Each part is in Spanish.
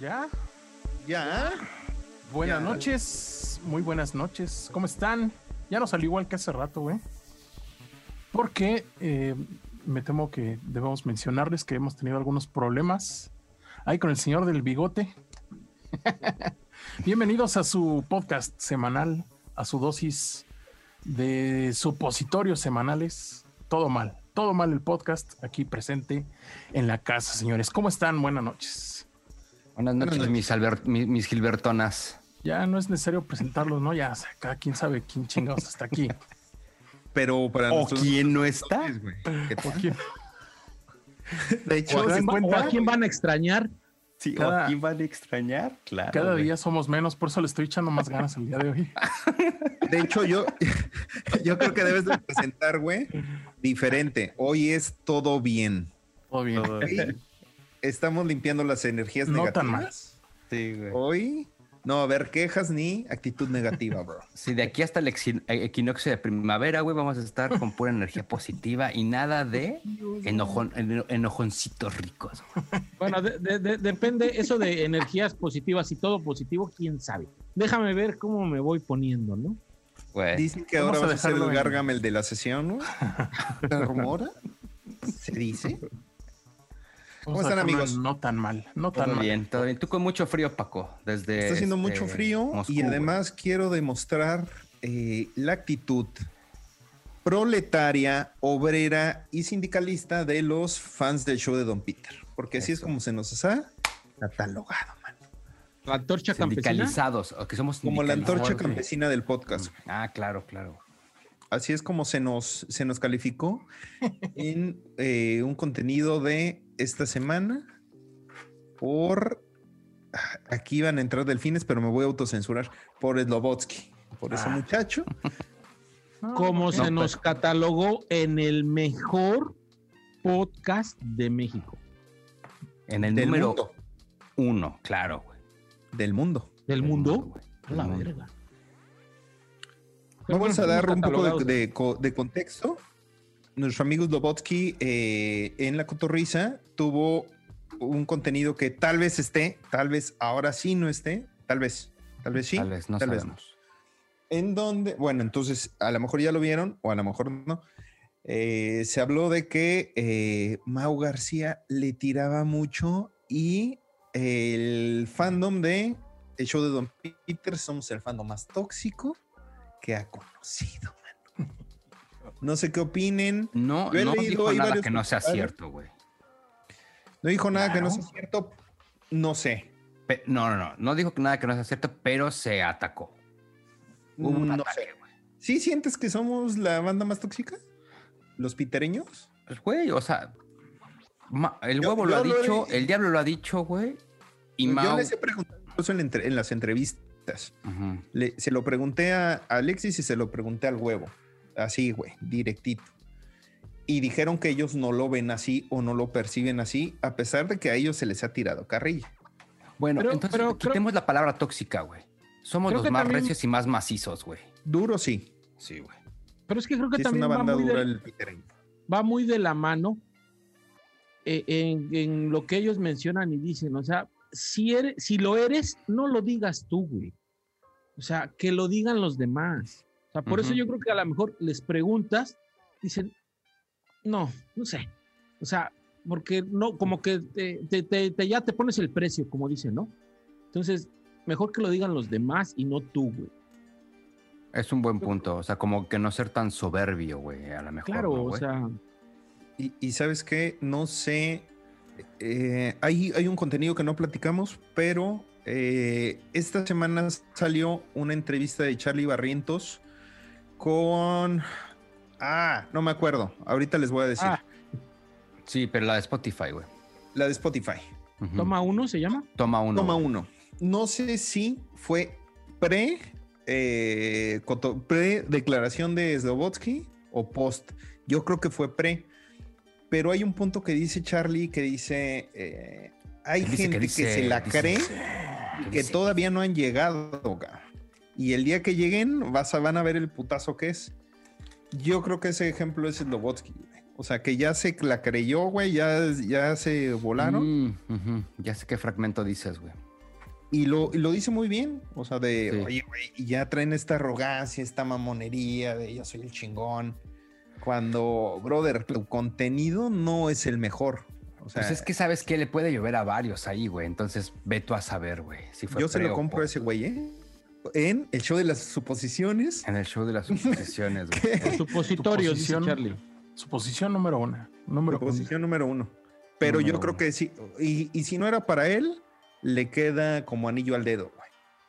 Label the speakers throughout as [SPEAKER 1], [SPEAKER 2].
[SPEAKER 1] ¿Ya?
[SPEAKER 2] ¿Ya?
[SPEAKER 1] Buenas
[SPEAKER 2] Ya.
[SPEAKER 1] noches, muy buenas noches. ¿Cómo están? Ya no salió igual que hace rato, güey. Porque eh, me temo que debemos mencionarles que hemos tenido algunos problemas ahí con el señor del bigote. Bienvenidos a su podcast semanal, a su dosis de supositorios semanales. Todo mal, todo mal el podcast aquí presente en la casa, señores. ¿Cómo están? Buenas noches.
[SPEAKER 3] Buenas noches,
[SPEAKER 2] noches.
[SPEAKER 3] Mis, Albert- mi- mis Gilbertonas.
[SPEAKER 1] Ya no es necesario presentarlos, ¿no? Ya, o sea, cada quien sabe quién chingados está aquí.
[SPEAKER 2] Pero para
[SPEAKER 3] O
[SPEAKER 2] nosotros-
[SPEAKER 3] quien no está.
[SPEAKER 2] güey. ¿Qué
[SPEAKER 1] O
[SPEAKER 2] tal?
[SPEAKER 1] quién-
[SPEAKER 3] De
[SPEAKER 1] O
[SPEAKER 3] hecho,
[SPEAKER 1] habrán-
[SPEAKER 3] sí,
[SPEAKER 1] ¿Se cuenta?
[SPEAKER 4] ¿O a quién van a extrañar?
[SPEAKER 3] sí, o
[SPEAKER 1] cada-
[SPEAKER 3] a quién van a extrañar, claro.
[SPEAKER 1] cada
[SPEAKER 3] güey.
[SPEAKER 1] día somos menos, por eso le estoy echando más ganas el día de hoy.
[SPEAKER 2] De hecho, yo, yo creo que debes de presentar, güey, diferente. Hoy es todo bien.
[SPEAKER 1] Todo bien.
[SPEAKER 3] Todo-
[SPEAKER 2] Hoy Estamos limpiando las energías
[SPEAKER 1] No tan mal.
[SPEAKER 2] negativas.
[SPEAKER 3] Sí, güey.
[SPEAKER 2] Hoy no va a haber quejas ni actitud negativa, bro.
[SPEAKER 3] Sí, de aquí hasta el exi- eh, equinoccio de primavera, güey, vamos a estar con pura energía positiva y nada de enojón, eno- enojoncitos ricos. güey.
[SPEAKER 4] Bueno, de- de- de- depende eso de energías positivas y todo positivo, quién sabe. Déjame ver cómo me voy poniendo, ¿no?
[SPEAKER 3] Güey.
[SPEAKER 2] Dicen que
[SPEAKER 1] Vamos
[SPEAKER 2] ahora
[SPEAKER 1] a
[SPEAKER 2] vas a ser
[SPEAKER 1] dejarlo
[SPEAKER 2] el
[SPEAKER 1] en-
[SPEAKER 2] Gargamel de la sesión, ¿no? ¿Se rumora? ¿Se dice?
[SPEAKER 1] Vamos a
[SPEAKER 2] están,
[SPEAKER 1] dejarlo en
[SPEAKER 2] amigos?
[SPEAKER 1] No tan mal, no tan
[SPEAKER 3] Todo
[SPEAKER 1] mal.
[SPEAKER 3] bien, todo bien. Tú con mucho frío, Paco, desde...
[SPEAKER 2] Está haciendo
[SPEAKER 3] este,
[SPEAKER 2] mucho frío
[SPEAKER 3] Moscú,
[SPEAKER 2] y
[SPEAKER 3] güey.
[SPEAKER 2] además quiero demostrar eh, la actitud proletaria, obrera y sindicalista de los fans del show de Don Peter, porque así es
[SPEAKER 3] Eso.
[SPEAKER 2] como se nos ha catalogado, man.
[SPEAKER 4] La antorcha campesina.
[SPEAKER 3] Sindicalizados, o que somos
[SPEAKER 2] como la antorcha
[SPEAKER 3] sindicalizados, güey.
[SPEAKER 2] campesina del podcast.
[SPEAKER 3] Ah, claro, claro.
[SPEAKER 2] Así es como se nos, se nos calificó en eh, un contenido de esta semana por... ah, Aquí van a entrar delfines, pero me voy a autocensurar por Slobotsky, por ese
[SPEAKER 1] Ah.
[SPEAKER 2] muchacho.
[SPEAKER 1] No, pues.
[SPEAKER 4] Como
[SPEAKER 1] ¿por qué?
[SPEAKER 4] se nos catalogó en el mejor podcast de México,
[SPEAKER 3] En el
[SPEAKER 2] del
[SPEAKER 3] número
[SPEAKER 2] mundo.
[SPEAKER 3] uno, claro, güey.
[SPEAKER 2] Del mundo.
[SPEAKER 4] del
[SPEAKER 3] El
[SPEAKER 4] mundo. A
[SPEAKER 3] güey.
[SPEAKER 4] la
[SPEAKER 3] El mundo.
[SPEAKER 4] verga. Pero
[SPEAKER 2] Vamos
[SPEAKER 4] bueno,
[SPEAKER 2] a dar un poco de,
[SPEAKER 4] catalogados.
[SPEAKER 2] de co- de contexto. Nuestro amigo Dobotsky en La Cotorrisa tuvo un contenido que tal vez esté, tal vez ahora sí no esté, tal vez, tal vez sí,
[SPEAKER 3] Tal vez, no
[SPEAKER 2] no.
[SPEAKER 3] sabemos.
[SPEAKER 2] En donde, bueno, entonces a lo mejor ya lo vieron o a lo mejor no. Eh, se habló de que eh, Mau García le tiraba mucho y el fandom de el show de Don Peter somos el fandom más tóxico que ha conocido. man. No sé qué opinen.
[SPEAKER 3] No,
[SPEAKER 2] Yo he
[SPEAKER 3] no
[SPEAKER 2] leído
[SPEAKER 3] dijo
[SPEAKER 2] ahí
[SPEAKER 3] nada
[SPEAKER 2] varios
[SPEAKER 3] que no sea
[SPEAKER 2] comentarios.
[SPEAKER 3] cierto, güey.
[SPEAKER 2] No dijo nada que no
[SPEAKER 3] Claro.
[SPEAKER 2] sea cierto. No sé.
[SPEAKER 3] Pe- No, no, no. No dijo que nada que no sea cierto, pero se atacó. Hubo un
[SPEAKER 2] Mm, No
[SPEAKER 3] ataque,
[SPEAKER 2] sé.
[SPEAKER 3] güey.
[SPEAKER 2] ¿Sí sientes que somos la banda más tóxica? ¿Los pitereños?
[SPEAKER 3] Pues, güey, o sea, ma- el
[SPEAKER 2] Yo-
[SPEAKER 3] huevo
[SPEAKER 2] yo
[SPEAKER 3] lo ha
[SPEAKER 2] lo he-
[SPEAKER 3] dicho, el diablo lo ha dicho, güey. Y
[SPEAKER 2] Yo
[SPEAKER 3] Mao.
[SPEAKER 2] les he preguntado incluso en la entre- en las entrevistas.
[SPEAKER 3] Ujú.
[SPEAKER 2] Le- se lo pregunté a Alexis y se lo pregunté al huevo. Así, güey, directito. Y dijeron que ellos no lo ven así o no lo perciben así, a pesar de que a ellos se les ha tirado carrilla.
[SPEAKER 3] Bueno,
[SPEAKER 4] Pero-
[SPEAKER 3] entonces
[SPEAKER 4] pero creo-
[SPEAKER 3] quitemos la palabra tóxica, güey. Somos
[SPEAKER 4] Creo
[SPEAKER 3] los
[SPEAKER 4] que
[SPEAKER 3] más
[SPEAKER 4] también-
[SPEAKER 3] recios y más macizos, güey.
[SPEAKER 2] Duro sí.
[SPEAKER 3] Sí, güey.
[SPEAKER 4] Pero es que creo que
[SPEAKER 2] sí es
[SPEAKER 4] también
[SPEAKER 2] una
[SPEAKER 4] va
[SPEAKER 2] banda
[SPEAKER 4] muy de-
[SPEAKER 2] dura el pitereño.
[SPEAKER 4] va muy de la mano eh, en, en lo que ellos mencionan y dicen. O sea, si, eres, si lo eres, no lo digas tú, güey. O sea, que lo digan los demás. O sea, por eso
[SPEAKER 3] Ujú.
[SPEAKER 4] yo creo que a lo mejor les preguntas, dicen, no, no sé. O sea, porque no, como que te, te- te- te- ya te pones el precio, como dicen, ¿no? Entonces, mejor que lo digan los demás y no tú, güey.
[SPEAKER 3] Es un buen punto. O sea, como que no ser tan soberbio, güey. A lo mejor.
[SPEAKER 4] Claro,
[SPEAKER 3] ¿no,
[SPEAKER 4] o
[SPEAKER 3] güey?
[SPEAKER 4] sea,
[SPEAKER 2] Y, y sabes qué, no sé, eh, hay, hay un contenido que no platicamos, pero eh, esta semana salió una entrevista de Charlie Barrientos con... Ah, no me acuerdo, ahorita les voy a decir.
[SPEAKER 4] Ah.
[SPEAKER 3] Sí, pero la de Spotify, güey.
[SPEAKER 2] La de Spotify.
[SPEAKER 3] Ujú.
[SPEAKER 4] toma uno, se llama.
[SPEAKER 3] Toma uno.
[SPEAKER 2] Toma
[SPEAKER 3] güey.
[SPEAKER 2] uno. No sé si fue pre, eh, coto- pre declaración de Slobotsky o post. Yo creo que fue pre. Pero hay un punto que dice Charlie que dice, eh, hay
[SPEAKER 3] Dice que
[SPEAKER 2] gente que,
[SPEAKER 3] dice-
[SPEAKER 2] se la
[SPEAKER 3] dice-
[SPEAKER 2] cree
[SPEAKER 3] que
[SPEAKER 2] y que
[SPEAKER 3] dice-
[SPEAKER 2] todavía no han llegado. ga. Y el día que lleguen vas a, van a ver el putazo que es. Yo creo que ese ejemplo es Slobotsky. güey. O sea, que ya se la creyó, güey, ya, ya se volaron.
[SPEAKER 3] Mm, ujú. Ya sé qué fragmento dices, güey.
[SPEAKER 2] Y lo, y lo dice muy bien, o sea, de,
[SPEAKER 3] Sí.
[SPEAKER 2] oye, güey, y ya traen esta arrogancia, esta mamonería de yo soy el chingón. Cuando, brother, tu contenido no es el mejor. O sea,
[SPEAKER 3] Pues es que sabes que le puede llover a varios ahí, güey. Entonces ve tú a saber, güey. Si fue
[SPEAKER 2] yo se
[SPEAKER 3] pre
[SPEAKER 2] lo
[SPEAKER 3] o
[SPEAKER 2] compro
[SPEAKER 3] po-
[SPEAKER 2] a ese güey, ¿eh? En el show de las suposiciones.
[SPEAKER 3] En el show de las suposiciones, güey.
[SPEAKER 2] ¿Qué?
[SPEAKER 4] Supositorio, dice
[SPEAKER 1] posición.
[SPEAKER 4] Charlie.
[SPEAKER 1] Su posición número una. Número
[SPEAKER 2] Posición número uno. Pero
[SPEAKER 1] Número
[SPEAKER 2] yo creo
[SPEAKER 1] uno.
[SPEAKER 2] que sí. Y, y si no era para él, le queda como anillo al dedo. güey.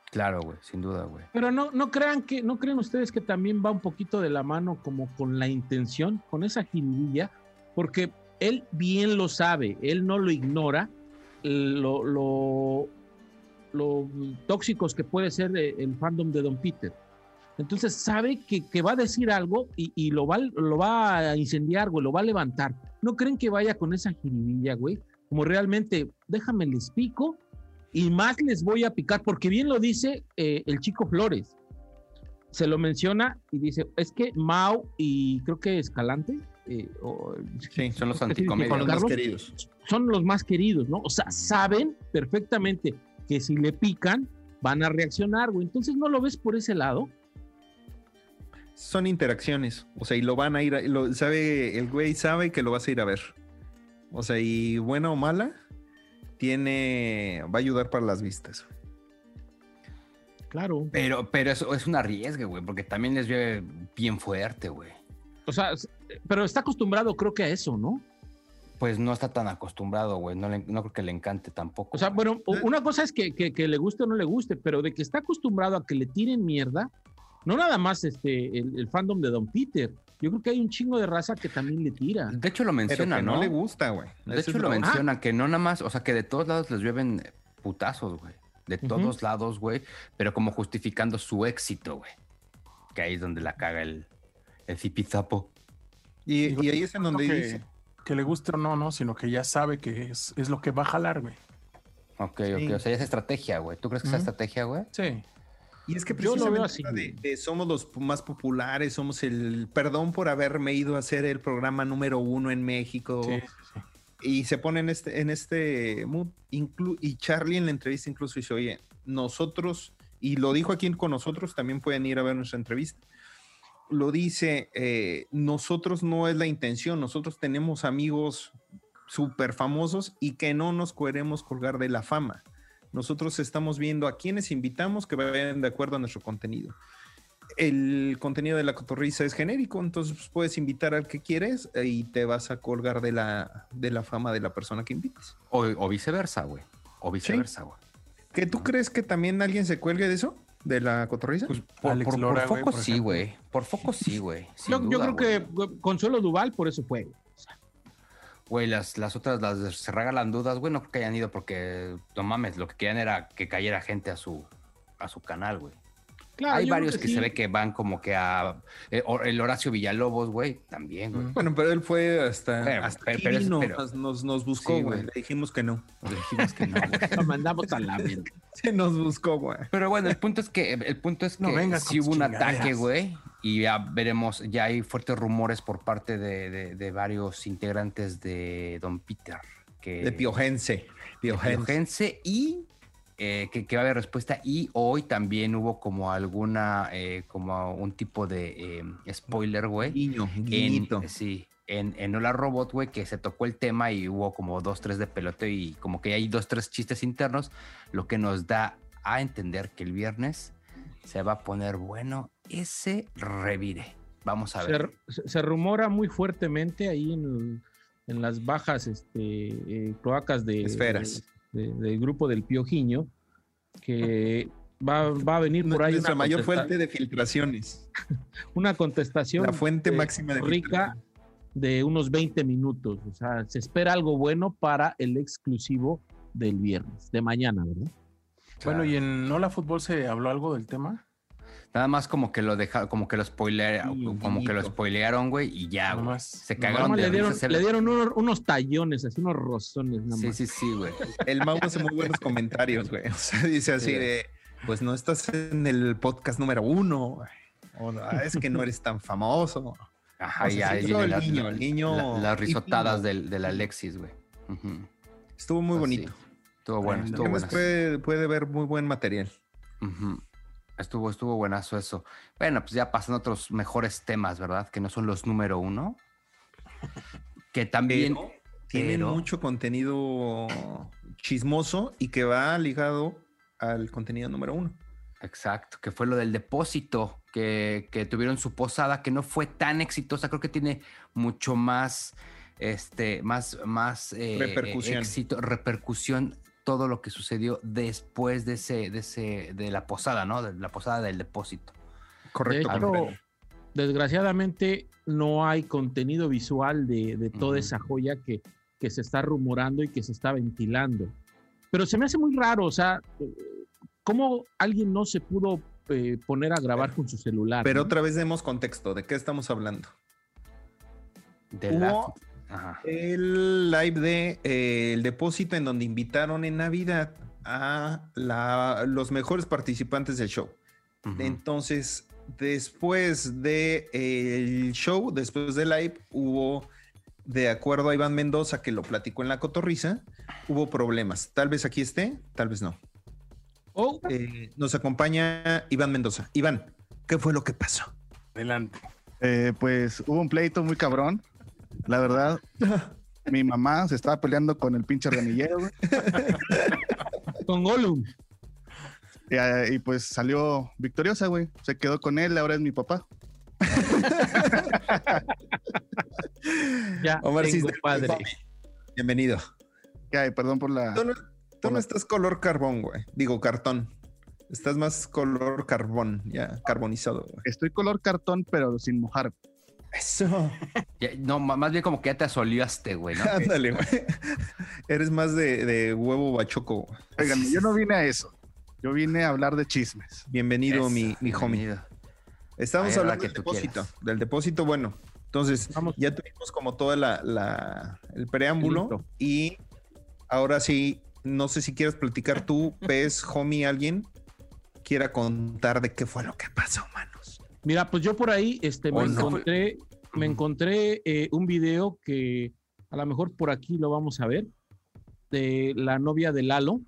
[SPEAKER 3] Claro, güey, sin duda, güey.
[SPEAKER 4] Pero no, no crean que, no creen ustedes que también va un poquito de la mano como con la intención, con esa jiribilla, porque él bien lo sabe, él no lo ignora, lo, lo, lo tóxicos que puede ser eh, el fandom de Don Peter. Entonces sabe que, que va a decir algo y, y lo, va, lo va a incendiar, güey, lo va a levantar. ¿No creen que vaya con esa jiribilla, güey? Como realmente, déjame les pico y más les voy a picar, porque bien lo dice eh, el chico Flores. Se lo menciona y dice, es que Mau y creo que Escalante eh, o-
[SPEAKER 3] Son los
[SPEAKER 4] Sí, sí, sí,
[SPEAKER 3] anticomedios.
[SPEAKER 4] con los
[SPEAKER 2] más
[SPEAKER 4] Carlos,
[SPEAKER 2] queridos.
[SPEAKER 4] son los más queridos, ¿no? O sea, saben perfectamente que si le pican van a reaccionar, güey. Entonces no lo ves por ese lado.
[SPEAKER 2] Son interacciones. O sea, y lo van a ir a- lo, sabe, el güey sabe que lo vas a ir a ver. O sea, y buena o mala, tiene. Va a ayudar para las vistas.
[SPEAKER 4] Claro.
[SPEAKER 3] Pero, pero eso es un arriesgue, güey, porque también les llueve bien fuerte, güey.
[SPEAKER 4] O sea, s- pero está acostumbrado creo que a eso, ¿no?
[SPEAKER 3] Pues no está tan acostumbrado, güey. No, le- no creo que le encante tampoco.
[SPEAKER 4] O sea,
[SPEAKER 3] güey.
[SPEAKER 4] bueno, u- una cosa es que, que- que le guste o no le guste, pero de que está acostumbrado a que le tiren mierda, no nada más este, el, el fandom de Don Peter. Yo creo que hay un chingo de raza que también le tira.
[SPEAKER 3] de hecho lo
[SPEAKER 2] Pero
[SPEAKER 3] menciona,
[SPEAKER 2] que no,
[SPEAKER 3] ¿no?
[SPEAKER 2] le gusta, güey.
[SPEAKER 3] de
[SPEAKER 2] Eso es
[SPEAKER 3] hecho lo
[SPEAKER 2] bueno.
[SPEAKER 3] menciona, que no nada más, o sea, que de todos lados les llueven eh, putazos, güey. De
[SPEAKER 4] Ujú.
[SPEAKER 3] todos lados, güey, pero como justificando su éxito, güey. Que ahí es donde la caga el, el zipizapo.
[SPEAKER 2] Ah, Y, y ahí es en
[SPEAKER 1] uno. No
[SPEAKER 2] donde
[SPEAKER 1] que,
[SPEAKER 2] dice.
[SPEAKER 1] que le guste o no, no, sino que ya sabe que es, es lo que va a jalar, güey.
[SPEAKER 3] Ok,
[SPEAKER 2] Sí.
[SPEAKER 3] ok. O sea, ya es estrategia, güey. ¿Tú crees que es
[SPEAKER 1] Ujú.
[SPEAKER 3] estrategia, güey?
[SPEAKER 1] Sí.
[SPEAKER 2] Y es que
[SPEAKER 4] Yo lo
[SPEAKER 2] precisamente
[SPEAKER 4] veo así.
[SPEAKER 2] habla de, de somos los más populares, somos el perdón por haberme ido a hacer el programa número uno en
[SPEAKER 3] Oh.
[SPEAKER 2] México.
[SPEAKER 1] sí, sí,
[SPEAKER 2] Y se pone en este, en este mood. inclu- y Charlie en la entrevista incluso dice, oye, nosotros, y lo dijo aquí con nosotros, también pueden ir a ver nuestra entrevista. Lo dice, eh, nosotros no es la intención, nosotros tenemos amigos súper famosos y que no nos queremos colgar de la fama. Nosotros estamos viendo a quienes invitamos que vayan de acuerdo a nuestro contenido. El contenido de la cotorriza es genérico, entonces pues, puedes invitar al que quieres eh, y te vas a colgar de la, de la fama de la persona que invites.
[SPEAKER 3] O, o viceversa, güey. O viceversa, güey.
[SPEAKER 2] ¿Que tú crees que también alguien se cuelgue de eso? ¿De la cotorriza?
[SPEAKER 3] Pues por,
[SPEAKER 1] Alex
[SPEAKER 3] por-
[SPEAKER 1] Lora,
[SPEAKER 3] por
[SPEAKER 1] güey,
[SPEAKER 3] foco
[SPEAKER 1] por
[SPEAKER 3] sí,
[SPEAKER 1] ejemplo.
[SPEAKER 3] güey. Por foco sí, güey. Sin
[SPEAKER 4] Yo, yo
[SPEAKER 3] duda,
[SPEAKER 4] creo
[SPEAKER 3] güey.
[SPEAKER 4] que güey, Consuelo Duval por eso fue.
[SPEAKER 3] Güey, las, las otras, las de se regalan dudas, güey, no creo que hayan ido porque, no mames, lo que querían era que cayera gente a su, a su canal, güey.
[SPEAKER 4] Claro,
[SPEAKER 3] Hay
[SPEAKER 4] Ah, yo creo
[SPEAKER 3] varios que,
[SPEAKER 4] sí.
[SPEAKER 3] se ve que van como que a... eh, o- el Horacio Villalobos, güey, también, güey.
[SPEAKER 1] Ujú.
[SPEAKER 2] Bueno, pero él fue hasta,
[SPEAKER 3] Pero-
[SPEAKER 2] hasta
[SPEAKER 3] pero-
[SPEAKER 2] aquí
[SPEAKER 3] pero es-
[SPEAKER 2] vino,
[SPEAKER 3] pero-
[SPEAKER 2] nos- nos, nos buscó,
[SPEAKER 3] Sí,
[SPEAKER 2] güey.
[SPEAKER 3] güey.
[SPEAKER 2] Le dijimos que no.
[SPEAKER 3] Le dijimos que no, güey.
[SPEAKER 4] Lo mandamos a la verga.
[SPEAKER 2] Se nos buscó, güey.
[SPEAKER 3] Pero bueno, el punto es que, el punto es que
[SPEAKER 1] No vengas con
[SPEAKER 3] sí
[SPEAKER 1] tus
[SPEAKER 3] hubo un
[SPEAKER 1] chingaderas.
[SPEAKER 3] ataque, güey, y ya veremos, ya hay fuertes rumores por parte de, de- de varios integrantes de Don Peter. Que,
[SPEAKER 2] De Piojense. Piojense.
[SPEAKER 3] Eh, Piojense y eh, que, que va a haber respuesta. Y hoy también hubo como alguna, eh, como un tipo de eh, spoiler, güey.
[SPEAKER 2] Guiño,
[SPEAKER 3] En,
[SPEAKER 2] guiñito.
[SPEAKER 3] sí, en, en Hola Robot, güey, que se tocó el tema y hubo como dos, tres de peloteo y como que hay dos, tres chistes internos, lo que nos da a entender que el viernes se va a poner bueno ese revire. Vamos a
[SPEAKER 4] se,
[SPEAKER 3] ver.
[SPEAKER 4] se- se rumora muy fuertemente ahí en, en las bajas este, eh, cloacas de,
[SPEAKER 2] Esferas.
[SPEAKER 4] de- de- del grupo del Piojiño que va, va a venir por ahí
[SPEAKER 2] Nuestra
[SPEAKER 4] una,
[SPEAKER 2] mayor
[SPEAKER 4] contesta-
[SPEAKER 2] fuente de filtraciones.
[SPEAKER 4] una contestación
[SPEAKER 2] La fuente
[SPEAKER 4] eh,
[SPEAKER 2] máxima de
[SPEAKER 4] rica
[SPEAKER 2] filtraciones.
[SPEAKER 4] de unos 20 minutos. O sea, se espera algo bueno para el exclusivo del viernes, de mañana, ¿verdad?
[SPEAKER 1] Bueno, y
[SPEAKER 3] Claro.
[SPEAKER 1] en Hola Fútbol se habló algo del tema.
[SPEAKER 3] Nada más como que lo deja, como que lo spoiler,
[SPEAKER 2] Sí,
[SPEAKER 3] como que lo
[SPEAKER 2] poquito.
[SPEAKER 3] spoilearon, güey, y ya,
[SPEAKER 1] Nada
[SPEAKER 3] güey.
[SPEAKER 1] más.
[SPEAKER 3] Se
[SPEAKER 1] Nada
[SPEAKER 3] cagaron
[SPEAKER 4] Nada más
[SPEAKER 3] de
[SPEAKER 4] le dieron,
[SPEAKER 3] risa, se
[SPEAKER 4] le
[SPEAKER 3] le-
[SPEAKER 4] dieron unos, unos tallones, así unos rozones. nada
[SPEAKER 3] Sí,
[SPEAKER 4] más.
[SPEAKER 3] sí, sí, güey.
[SPEAKER 2] El Mau hace muy buenos comentarios, güey. O sea, dice así de, pues no estás en el podcast número uno. güey. O no, ah, es que no eres tan famoso.
[SPEAKER 3] Ajá,
[SPEAKER 2] O sea,
[SPEAKER 3] y
[SPEAKER 2] sí,
[SPEAKER 3] ahí
[SPEAKER 2] todo
[SPEAKER 3] vienen
[SPEAKER 2] el
[SPEAKER 3] las,
[SPEAKER 2] niño,
[SPEAKER 3] la-
[SPEAKER 2] el niño
[SPEAKER 3] la- las
[SPEAKER 2] típico.
[SPEAKER 3] risotadas del, del Alexis, güey. Ujú.
[SPEAKER 2] Estuvo muy
[SPEAKER 3] Así.
[SPEAKER 2] bonito.
[SPEAKER 3] Estuvo bueno,
[SPEAKER 1] Prenda.
[SPEAKER 3] estuvo
[SPEAKER 1] ¿Qué
[SPEAKER 2] Además,
[SPEAKER 3] buenazo.
[SPEAKER 2] puede, puede ver muy buen material.
[SPEAKER 3] Ujú. Estuvo, estuvo buenazo eso. Bueno, pues ya pasan otros mejores temas, ¿verdad? Que no son los número uno. Que también.
[SPEAKER 2] Pero tiene
[SPEAKER 3] pero-
[SPEAKER 2] mucho contenido chismoso y que va ligado al contenido número uno.
[SPEAKER 3] Exacto, que fue lo del depósito, que, que tuvieron su posada, que no fue tan exitosa, creo que tiene mucho más, este, más, más eh,
[SPEAKER 2] Repercusión.
[SPEAKER 3] éxito, repercusión todo lo que sucedió después de ese, de ese, de la posada, ¿no? De la posada del depósito.
[SPEAKER 2] Correcto.
[SPEAKER 4] De hecho,
[SPEAKER 2] Alfredo.
[SPEAKER 4] desgraciadamente no hay contenido visual de, de toda
[SPEAKER 3] Ujú.
[SPEAKER 4] esa joya que, que se está rumorando y que se está ventilando. Pero se me hace muy raro, o sea, eh, ¿cómo alguien no se pudo eh, poner a grabar con su
[SPEAKER 3] Ah,
[SPEAKER 4] celular?
[SPEAKER 2] Pero
[SPEAKER 4] no?
[SPEAKER 2] otra vez demos contexto de qué estamos hablando.
[SPEAKER 3] De
[SPEAKER 2] Hubo
[SPEAKER 3] la, ajá.
[SPEAKER 2] el live de eh, el depósito en donde invitaron en Navidad a la- los mejores participantes del show.
[SPEAKER 3] Ujú.
[SPEAKER 2] Entonces, después de eh, el show, después del live, hubo, de acuerdo a Iván Mendoza, que lo platicó en la cotorriza, hubo problemas. Tal vez aquí esté, tal vez no.
[SPEAKER 4] Oh,
[SPEAKER 2] Eh, nos acompaña Iván Mendoza. Iván, ¿qué fue lo que pasó?
[SPEAKER 1] Adelante.
[SPEAKER 5] Eh, pues hubo un pleito muy cabrón. La verdad, mi mamá se estaba peleando con el pinche ramillero güey.
[SPEAKER 4] con Gollum.
[SPEAKER 5] Y, eh, y, pues salió victoriosa, güey. Se quedó con él, ahora es mi papá.
[SPEAKER 4] Ya,
[SPEAKER 2] Omar
[SPEAKER 4] tengo
[SPEAKER 2] Cisneros,
[SPEAKER 4] padre.
[SPEAKER 2] Bienvenido.
[SPEAKER 5] Que, ay, perdón por la.
[SPEAKER 2] Tú no, tú no estás color carbón, güey. Digo, cartón. Estás más color carbón, ya carbonizado, güey.
[SPEAKER 5] Estoy color cartón, pero sin mojar.
[SPEAKER 2] Eso.
[SPEAKER 3] Ya- no, ma- más bien como que ya te asoliaste, güey, ¿no?
[SPEAKER 2] Ándale, güey. Eres más de, de huevo bachoco. güey.
[SPEAKER 5] Oigan, yo no vine a eso. Yo vine a hablar de chismes.
[SPEAKER 2] Bienvenido,
[SPEAKER 3] Eso,
[SPEAKER 2] mi, mi homie.
[SPEAKER 3] bienvenido.
[SPEAKER 2] Estamos
[SPEAKER 3] Ahí, ahora
[SPEAKER 2] hablando
[SPEAKER 3] que
[SPEAKER 2] del
[SPEAKER 3] tú
[SPEAKER 2] depósito.
[SPEAKER 3] quieras.
[SPEAKER 2] Del depósito, bueno. Entonces,
[SPEAKER 4] Vamos.
[SPEAKER 2] ya tuvimos como toda la, la- el preámbulo.
[SPEAKER 4] Listo.
[SPEAKER 2] Y ahora sí, no sé si quieres platicar tú, Pez, homie, alguien quiera contar de qué fue lo que pasó, manos.
[SPEAKER 4] Mira, pues yo por ahí este, me
[SPEAKER 3] Oh, no.
[SPEAKER 4] encontré, me
[SPEAKER 3] Ujú.
[SPEAKER 4] encontré eh, un video que a lo mejor por aquí lo vamos a ver, de la novia de Lalo,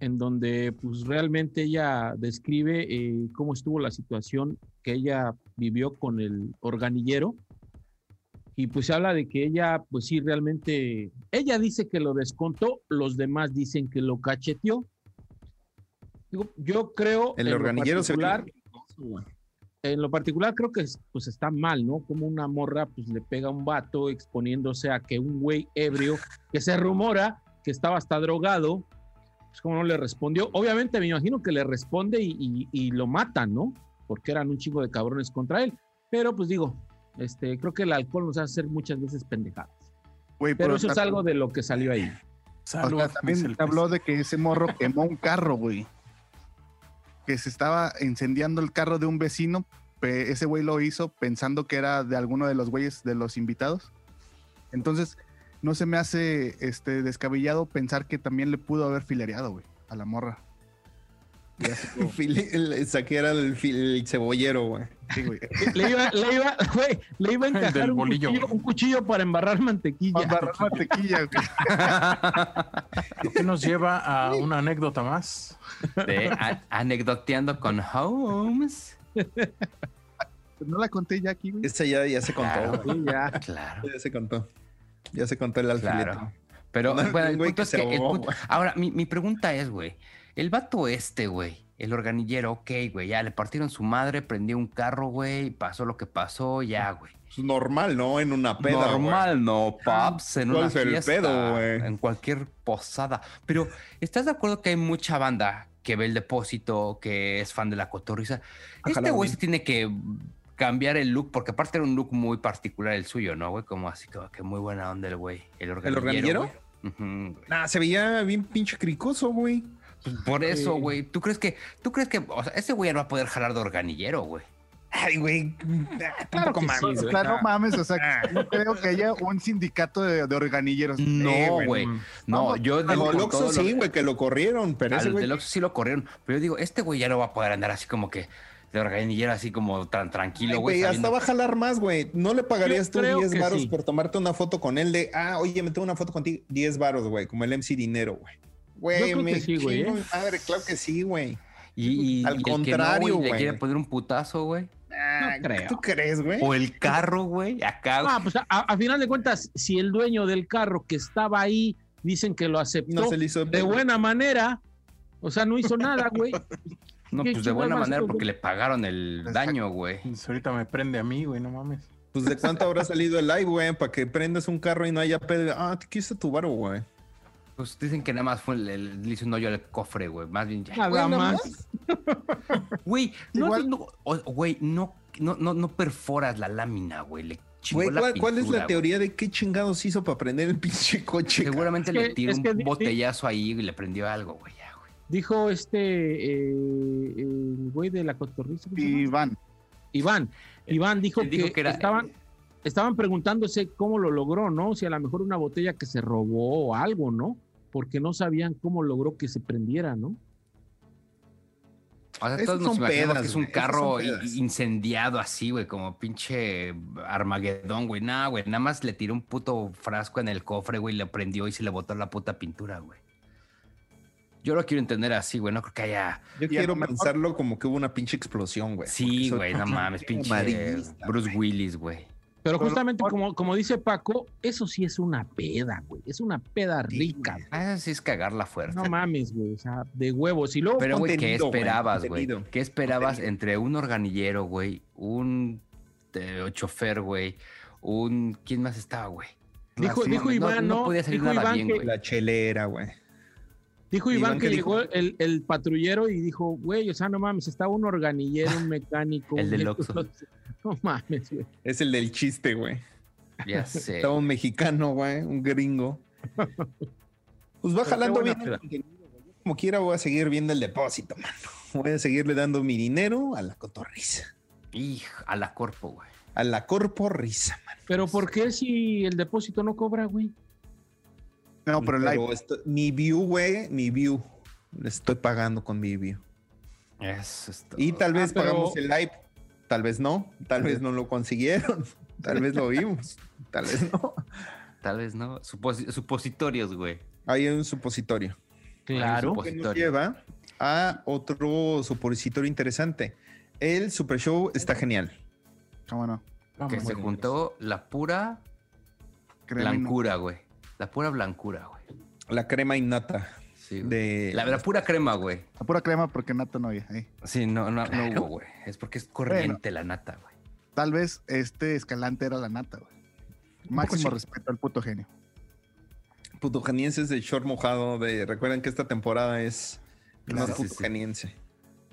[SPEAKER 4] en donde pues realmente ella describe eh, cómo estuvo la situación que ella vivió con el organillero. Y pues se habla de que ella, pues sí, realmente, ella dice que lo descontó, los demás dicen que lo cacheteó. Digo, yo creo...
[SPEAKER 2] El
[SPEAKER 4] en lo
[SPEAKER 2] organillero se
[SPEAKER 4] particular- en lo particular creo que es- pues está mal, ¿no? Como una morra pues le pega a un vato exponiéndose a que un güey ebrio que se rumora que estaba hasta drogado, pues como no le respondió, obviamente me imagino que le responde y, y- y lo matan, ¿no? Porque eran un chingo de cabrones contra él. Pero pues digo, este, creo que el alcohol nos hace hacer muchas veces pendejadas.
[SPEAKER 5] Güey,
[SPEAKER 4] Pero eso es
[SPEAKER 5] otra-
[SPEAKER 4] algo de lo que salió ahí.
[SPEAKER 5] O
[SPEAKER 1] Salud.
[SPEAKER 5] sea,
[SPEAKER 1] dice
[SPEAKER 5] también
[SPEAKER 1] el
[SPEAKER 5] se habló de que ese morro quemó un carro, güey. Que se estaba incendiando el carro de un vecino. pe- Ese güey lo hizo pensando que era de alguno de los güeyes de los invitados. Entonces, no se me hace este descabellado pensar que también le pudo haber filereado, güey, a la morra. Y así como,
[SPEAKER 2] Fili- el- Saqué era el, fil- el cebollero, güey.
[SPEAKER 5] sí, güey.
[SPEAKER 4] Le iba, le iba, güey, le iba a
[SPEAKER 1] Del
[SPEAKER 4] encajar un
[SPEAKER 1] bolillo.
[SPEAKER 4] cuchillo, un cuchillo para embarrar mantequilla.
[SPEAKER 5] Para barrar mantequilla, güey.
[SPEAKER 1] Lo que nos lleva a una anécdota más.
[SPEAKER 3] De a- anecdoteando con Holmes.
[SPEAKER 5] No la conté ya aquí, güey.
[SPEAKER 2] Esa ya, ya se contó.
[SPEAKER 3] Claro.
[SPEAKER 2] güey.
[SPEAKER 3] Ah, Claro.
[SPEAKER 2] Ya se contó. Ya se contó el alfilete.
[SPEAKER 3] Claro. Pero
[SPEAKER 2] No,
[SPEAKER 3] bueno, el
[SPEAKER 2] güey,
[SPEAKER 3] punto
[SPEAKER 2] que
[SPEAKER 3] es
[SPEAKER 2] se
[SPEAKER 3] que. el
[SPEAKER 2] ahogó,
[SPEAKER 3] punto-
[SPEAKER 2] güey.
[SPEAKER 3] Ahora, mi, mi pregunta es, güey. El vato este, güey. El organillero, ok, güey. Ya le partieron su madre, prendió un carro, güey. Pasó lo que pasó, ya, güey.
[SPEAKER 2] Pues Normal, ¿no? En una peda. güey.
[SPEAKER 3] Normal, no, paps, en
[SPEAKER 2] ¿Cuál
[SPEAKER 3] una
[SPEAKER 2] es el
[SPEAKER 3] fiesta,
[SPEAKER 2] pedo, güey?
[SPEAKER 3] en cualquier posada. Pero, ¿estás de acuerdo que hay mucha banda que ve el depósito, que es fan de la cotorriza? Este güey se tiene que cambiar el look, porque aparte era un look muy particular el suyo, ¿no, güey? Como así, como que muy buena onda el güey. ¿El organillero?
[SPEAKER 2] organillero?
[SPEAKER 3] güey. Ujú, güey.
[SPEAKER 2] Nah, se veía bien pinche cricoso, güey.
[SPEAKER 3] Por eso,
[SPEAKER 1] Sí.
[SPEAKER 3] güey. ¿Tú crees que, tú crees que, o sea, ese güey no va a poder jalar de organillero, güey?
[SPEAKER 2] Ay, güey. Ah, Tampoco
[SPEAKER 4] que
[SPEAKER 2] mames,
[SPEAKER 4] sí,
[SPEAKER 5] O
[SPEAKER 2] güey.
[SPEAKER 5] sea, no mames, o sea,
[SPEAKER 2] Ah.
[SPEAKER 5] no creo que haya un sindicato de, de organilleros. Eh,
[SPEAKER 3] No, güey.
[SPEAKER 1] Mm,
[SPEAKER 3] No,
[SPEAKER 5] Vamos,
[SPEAKER 3] yo
[SPEAKER 2] Al
[SPEAKER 3] digo
[SPEAKER 2] del
[SPEAKER 3] con todo
[SPEAKER 2] pues Oxxo
[SPEAKER 3] lo-
[SPEAKER 2] sí, güey, que lo corrieron, pero
[SPEAKER 3] a
[SPEAKER 2] ese
[SPEAKER 3] los
[SPEAKER 2] güey.
[SPEAKER 3] del Oxxo sí lo corrieron. Pero yo digo, este güey ya no va a poder andar así como que de organillero así como tan tranquilo, güey.
[SPEAKER 2] Güey, hasta
[SPEAKER 3] sabiendo-
[SPEAKER 2] va a jalar más, güey. No le pagarías
[SPEAKER 4] Yo
[SPEAKER 2] tú
[SPEAKER 4] creo
[SPEAKER 2] 10
[SPEAKER 4] que
[SPEAKER 2] varos
[SPEAKER 4] sí.
[SPEAKER 2] por tomarte una foto con él de, ah, oye, me tengo una foto contigo. 10 varos, güey, como el MC Dinero, güey.
[SPEAKER 4] Yo
[SPEAKER 2] Güey,
[SPEAKER 4] creo que
[SPEAKER 2] me
[SPEAKER 4] sí,
[SPEAKER 2] sí,
[SPEAKER 4] güey, ¿eh?
[SPEAKER 2] madre, claro que sí, güey.
[SPEAKER 3] Y, y-
[SPEAKER 2] Al
[SPEAKER 3] y el que no, güey,
[SPEAKER 2] contrario,
[SPEAKER 3] Le
[SPEAKER 2] güey.
[SPEAKER 3] quiere poner un putazo, güey.
[SPEAKER 2] Ah,
[SPEAKER 4] creo.
[SPEAKER 2] ¿Tú crees, güey?
[SPEAKER 3] O el carro, güey. Acá, güey.
[SPEAKER 4] Ah, pues a, a final de cuentas, si el dueño del carro que estaba ahí dicen que lo aceptó
[SPEAKER 2] No se le hizo
[SPEAKER 4] de buena manera, o sea, no hizo nada, güey.
[SPEAKER 3] No,
[SPEAKER 4] ¿qué
[SPEAKER 3] pues de
[SPEAKER 4] chingados
[SPEAKER 3] buena
[SPEAKER 4] vas a
[SPEAKER 3] manera
[SPEAKER 4] hacer,
[SPEAKER 3] porque le
[SPEAKER 4] güey?
[SPEAKER 3] pagaron el
[SPEAKER 5] Exacto.
[SPEAKER 3] daño, güey.
[SPEAKER 1] Pues ahorita me prende a mí, güey, no mames.
[SPEAKER 2] Pues de cuánto habrá salido el live, güey, para que prendas un carro y no haya pedo. Ah, te quise tu varo, güey.
[SPEAKER 3] Pues dicen que nada más fue el, el- le hizo un hoyo al cofre, güey. Más bien, ya.
[SPEAKER 4] Nada
[SPEAKER 2] Güey, nada
[SPEAKER 4] más.
[SPEAKER 3] Güey, no,
[SPEAKER 5] Igual-
[SPEAKER 3] no, o- güey, no, no, no, no perforas la lámina, güey. Le chingó
[SPEAKER 2] Güey,
[SPEAKER 3] la
[SPEAKER 2] ¿cuál, cuál es
[SPEAKER 3] pintura,
[SPEAKER 2] la
[SPEAKER 3] güey.
[SPEAKER 2] teoría de qué chingados hizo para prender el pinche coche? cabrón?
[SPEAKER 3] Seguramente
[SPEAKER 4] Es que-
[SPEAKER 3] le tiró
[SPEAKER 4] es
[SPEAKER 3] un
[SPEAKER 4] que di- di-
[SPEAKER 3] botellazo ahí y le prendió algo, güey. ya, güey.
[SPEAKER 4] Dijo este eh, el güey de la cotorriza. ¿cómo se llama?
[SPEAKER 5] Y van.
[SPEAKER 4] Iván. Iván dijo,
[SPEAKER 3] Él dijo
[SPEAKER 4] que, estaban, estaban preguntándose cómo lo logró, ¿no? Si a lo mejor una botella que se robó o algo, ¿no? Porque no sabían cómo logró que se prendiera, ¿no?
[SPEAKER 3] O sea,
[SPEAKER 2] Esas
[SPEAKER 3] todos nos
[SPEAKER 2] son
[SPEAKER 3] imaginamos
[SPEAKER 2] pedas,
[SPEAKER 3] que es un
[SPEAKER 2] güey, esas
[SPEAKER 3] carro
[SPEAKER 2] son
[SPEAKER 3] i-
[SPEAKER 2] pedas.
[SPEAKER 3] incendiado así, güey, como pinche Armagedón, güey. Nada, güey, nada más le tiró un puto frasco en el cofre, güey, le prendió y se le botó la puta pintura, güey. Yo lo quiero entender así, güey, no creo que haya...
[SPEAKER 2] Yo
[SPEAKER 5] Y a
[SPEAKER 2] quiero
[SPEAKER 5] lo mejor-
[SPEAKER 2] pensarlo como que hubo una pinche explosión, güey. Pues, porque
[SPEAKER 3] sí,
[SPEAKER 2] soy
[SPEAKER 3] güey, no mames, pinche
[SPEAKER 2] amarillista,
[SPEAKER 3] Bruce Willis, güey.
[SPEAKER 4] Pero
[SPEAKER 5] Pero
[SPEAKER 4] justamente
[SPEAKER 5] mejor-
[SPEAKER 4] como, como dice Paco, eso sí es una peda, güey. Es una peda
[SPEAKER 2] Sí,
[SPEAKER 4] rica.
[SPEAKER 2] güey.
[SPEAKER 3] Ah, sí es cagar la fuerza.
[SPEAKER 4] No mames, güey. O sea, de huevos. Y luego,
[SPEAKER 3] Pero, güey, ¿qué
[SPEAKER 2] Contenido, güey,
[SPEAKER 3] esperabas, güey?
[SPEAKER 2] contenido,
[SPEAKER 3] ¿Qué esperabas
[SPEAKER 2] contenido.
[SPEAKER 3] entre un organillero, güey? Un eh, chofer, güey. Un... ¿Quién más estaba, güey?
[SPEAKER 4] dijo,
[SPEAKER 5] sí,
[SPEAKER 4] dijo
[SPEAKER 3] mames, no-
[SPEAKER 4] Iván,
[SPEAKER 3] no
[SPEAKER 4] ¿no?
[SPEAKER 3] podía salir
[SPEAKER 4] dijo
[SPEAKER 3] nada
[SPEAKER 4] Iván
[SPEAKER 3] bien,
[SPEAKER 4] que-
[SPEAKER 3] güey.
[SPEAKER 2] La chelera, güey.
[SPEAKER 4] Dijo
[SPEAKER 2] Iván,
[SPEAKER 4] Iván,
[SPEAKER 2] ¿qué
[SPEAKER 4] que
[SPEAKER 2] dijo?
[SPEAKER 4] llegó el, el patrullero y dijo, güey, o sea, no mames, está un organillero, un mecánico.
[SPEAKER 3] El
[SPEAKER 4] un-
[SPEAKER 3] del Oxxo.
[SPEAKER 4] No mames, güey.
[SPEAKER 2] Es el del chiste, güey.
[SPEAKER 3] Ya sé.
[SPEAKER 2] Estaba un mexicano, güey, un gringo. Pues va
[SPEAKER 1] qué
[SPEAKER 2] jalando
[SPEAKER 1] buena
[SPEAKER 2] bien
[SPEAKER 1] peda.
[SPEAKER 2] el contenido, güey. Yo Como quiera voy a seguir viendo el depósito, mano. Voy a seguirle dando mi dinero a la cotorriza.
[SPEAKER 3] Hij, a la corpo, güey.
[SPEAKER 2] A la corporrisa.
[SPEAKER 4] Pero ¿por qué si el depósito no cobra, güey?
[SPEAKER 5] No, pero el live.
[SPEAKER 2] esto- mi view, güey, mi view. Le estoy pagando con mi view.
[SPEAKER 3] Eso es todo.
[SPEAKER 2] Y tal vez
[SPEAKER 5] Ah,
[SPEAKER 4] pero-
[SPEAKER 2] pagamos el live. Tal vez no. Tal vez no lo consiguieron. Tal vez lo vimos. Tal vez no.
[SPEAKER 3] Tal vez no. Supos- supositorios, güey.
[SPEAKER 2] Hay un supositorio.
[SPEAKER 3] Claro.
[SPEAKER 2] que nos
[SPEAKER 3] Supositorio.
[SPEAKER 2] lleva a otro supositorio interesante. El Super Show está genial.
[SPEAKER 5] ¿Cómo no?
[SPEAKER 3] Que se juntó la pura
[SPEAKER 5] Créeme, no.
[SPEAKER 3] blancura, güey. La pura blancura, güey.
[SPEAKER 2] La crema innata
[SPEAKER 3] Sí, güey.
[SPEAKER 2] de...
[SPEAKER 3] La, la pura crema, güey.
[SPEAKER 5] La pura crema porque nata no había. eh. ahí.
[SPEAKER 3] Sí, no, no, no hubo, güey. Es porque es corriente la nata, güey.
[SPEAKER 5] Tal vez este escalante era la nata, güey.
[SPEAKER 4] pues
[SPEAKER 5] Máximo
[SPEAKER 2] sí.
[SPEAKER 5] respeto al puto genio.
[SPEAKER 2] putujanienses de short mojado. De... Recuerden que esta temporada es
[SPEAKER 3] Claro,
[SPEAKER 2] más
[SPEAKER 3] sí, sí.
[SPEAKER 2] putujaniense.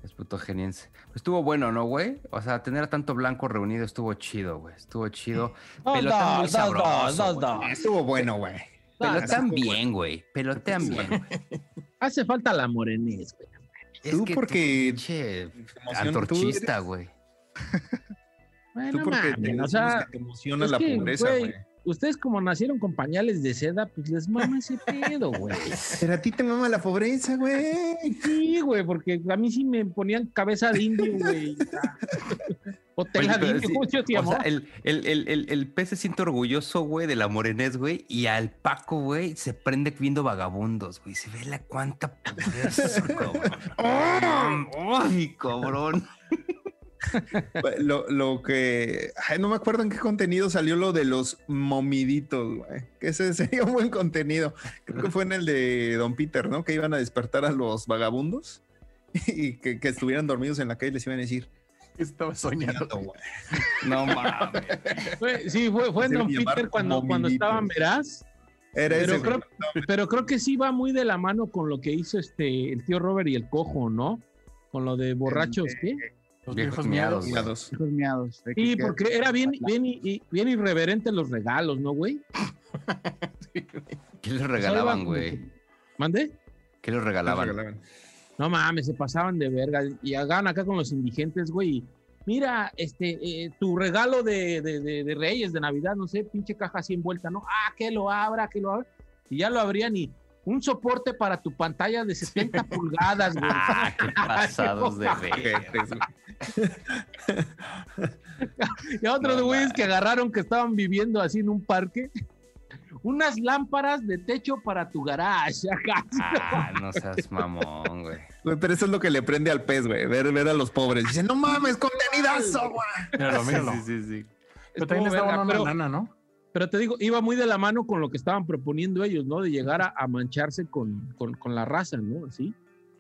[SPEAKER 3] Es puto geniense. Estuvo bueno, ¿no, güey? O sea, tener a tanto blanco reunido estuvo chido, güey. Estuvo chido. Pelotean muy sabroso, güey.
[SPEAKER 2] Ah, Estuvo bueno, güey. Ah,
[SPEAKER 3] Pelotean
[SPEAKER 2] estuvo
[SPEAKER 3] bien, güey. Pelotean bien, güey.
[SPEAKER 4] Hace falta la morenés, güey.
[SPEAKER 3] Es
[SPEAKER 2] Tú
[SPEAKER 3] que
[SPEAKER 2] porque-
[SPEAKER 3] pinche
[SPEAKER 2] Emoción, tú
[SPEAKER 3] antorchista,
[SPEAKER 2] eres-
[SPEAKER 3] güey.
[SPEAKER 4] Bueno,
[SPEAKER 2] Tú porque te,
[SPEAKER 4] mamen, o
[SPEAKER 2] decimos
[SPEAKER 4] sea,
[SPEAKER 2] que te emociona
[SPEAKER 4] es
[SPEAKER 2] la
[SPEAKER 4] que,
[SPEAKER 2] pobreza,
[SPEAKER 4] güey,
[SPEAKER 2] güey.
[SPEAKER 4] ustedes como nacieron con pañales de seda, pues les mama ese pedo, güey.
[SPEAKER 2] Pero a ti te mama la pobreza, güey.
[SPEAKER 4] Sí, güey, porque a mí sí me ponían cabeza de indio, güey. O
[SPEAKER 3] Oye,
[SPEAKER 4] tela de
[SPEAKER 3] pero
[SPEAKER 4] indio,
[SPEAKER 3] sí,
[SPEAKER 4] ¿cómo se
[SPEAKER 3] O
[SPEAKER 4] llamó?
[SPEAKER 3] sea, el, el, el, el, el pez se siente orgulloso, güey, de la morenés, güey, y al Paco, güey, se prende viendo vagabundos, güey. Se ve la cuánta pobreza, cabrón. ¡Ay, cabrón!
[SPEAKER 2] Pues, Lo, lo que. ay, no me acuerdo en qué contenido salió lo de los momiditos, güey. Que ese sería un buen contenido. Creo que fue en el de Don Peter, ¿no? Que iban a despertar a los vagabundos y que, que estuvieran dormidos en la calle y les iban a decir.
[SPEAKER 1] Estaba soñando.
[SPEAKER 2] "Ando, güey".
[SPEAKER 3] No mames.
[SPEAKER 4] Fue- sí, fue, fue en
[SPEAKER 2] Se
[SPEAKER 4] Don
[SPEAKER 2] llamaron
[SPEAKER 4] Peter cuando, cuando
[SPEAKER 3] pues.
[SPEAKER 2] mominitos.
[SPEAKER 4] estaban veraz,
[SPEAKER 2] Era
[SPEAKER 4] Pero
[SPEAKER 2] ese. güey.
[SPEAKER 4] creo- pero creo que sí va muy de la mano con lo que hizo este el tío Robert y el cojo, ¿no? Con lo de borrachos, ¿qué?
[SPEAKER 1] Los viejos
[SPEAKER 3] Viejos
[SPEAKER 1] miados.
[SPEAKER 3] miados,
[SPEAKER 2] Mira, dos.
[SPEAKER 5] Hijos miados. de que
[SPEAKER 4] Sí,
[SPEAKER 5] quede-
[SPEAKER 4] porque era bien, bien, i- i- bien irreverente los regalos, ¿no, güey?
[SPEAKER 3] ¿Qué les
[SPEAKER 4] iban
[SPEAKER 3] regalaban,
[SPEAKER 4] como
[SPEAKER 3] güey?
[SPEAKER 4] ¿Mande?
[SPEAKER 3] ¿Qué les regalaban?
[SPEAKER 2] Regalaban.
[SPEAKER 4] No mames, se pasaban de verga y hagan acá con los indigentes, güey. y, Mira, este, eh, tu regalo de, de- de- de Reyes, de Navidad, no sé, pinche caja así envuelta, ¿no? Ah, que lo abra, que lo abra. Y ya lo abrían y, un soporte para tu pantalla de 70 pulgadas, güey.
[SPEAKER 3] Ah, qué pasados de ver.
[SPEAKER 4] Y a otros
[SPEAKER 3] No
[SPEAKER 4] güeyes que agarraron que estaban viviendo así en un parque. Unas lámparas de techo para tu garage. acá.
[SPEAKER 3] Ah, no seas mamón, güey.
[SPEAKER 2] Güey, pero eso es lo que le prende al pez, güey. Ver, ver a los pobres. Dice, no mames, contenidazo, güey.
[SPEAKER 1] Míralo, míralo.
[SPEAKER 5] Sí, sí, sí.
[SPEAKER 1] Pero
[SPEAKER 4] Estuvo
[SPEAKER 1] también les
[SPEAKER 4] verga,
[SPEAKER 1] daban una
[SPEAKER 4] pero-
[SPEAKER 1] nana, ¿no?
[SPEAKER 4] Pero te digo, iba muy de la mano con lo que estaban proponiendo ellos, ¿no? De llegar a, a mancharse con, con- con la raza, ¿no? Así.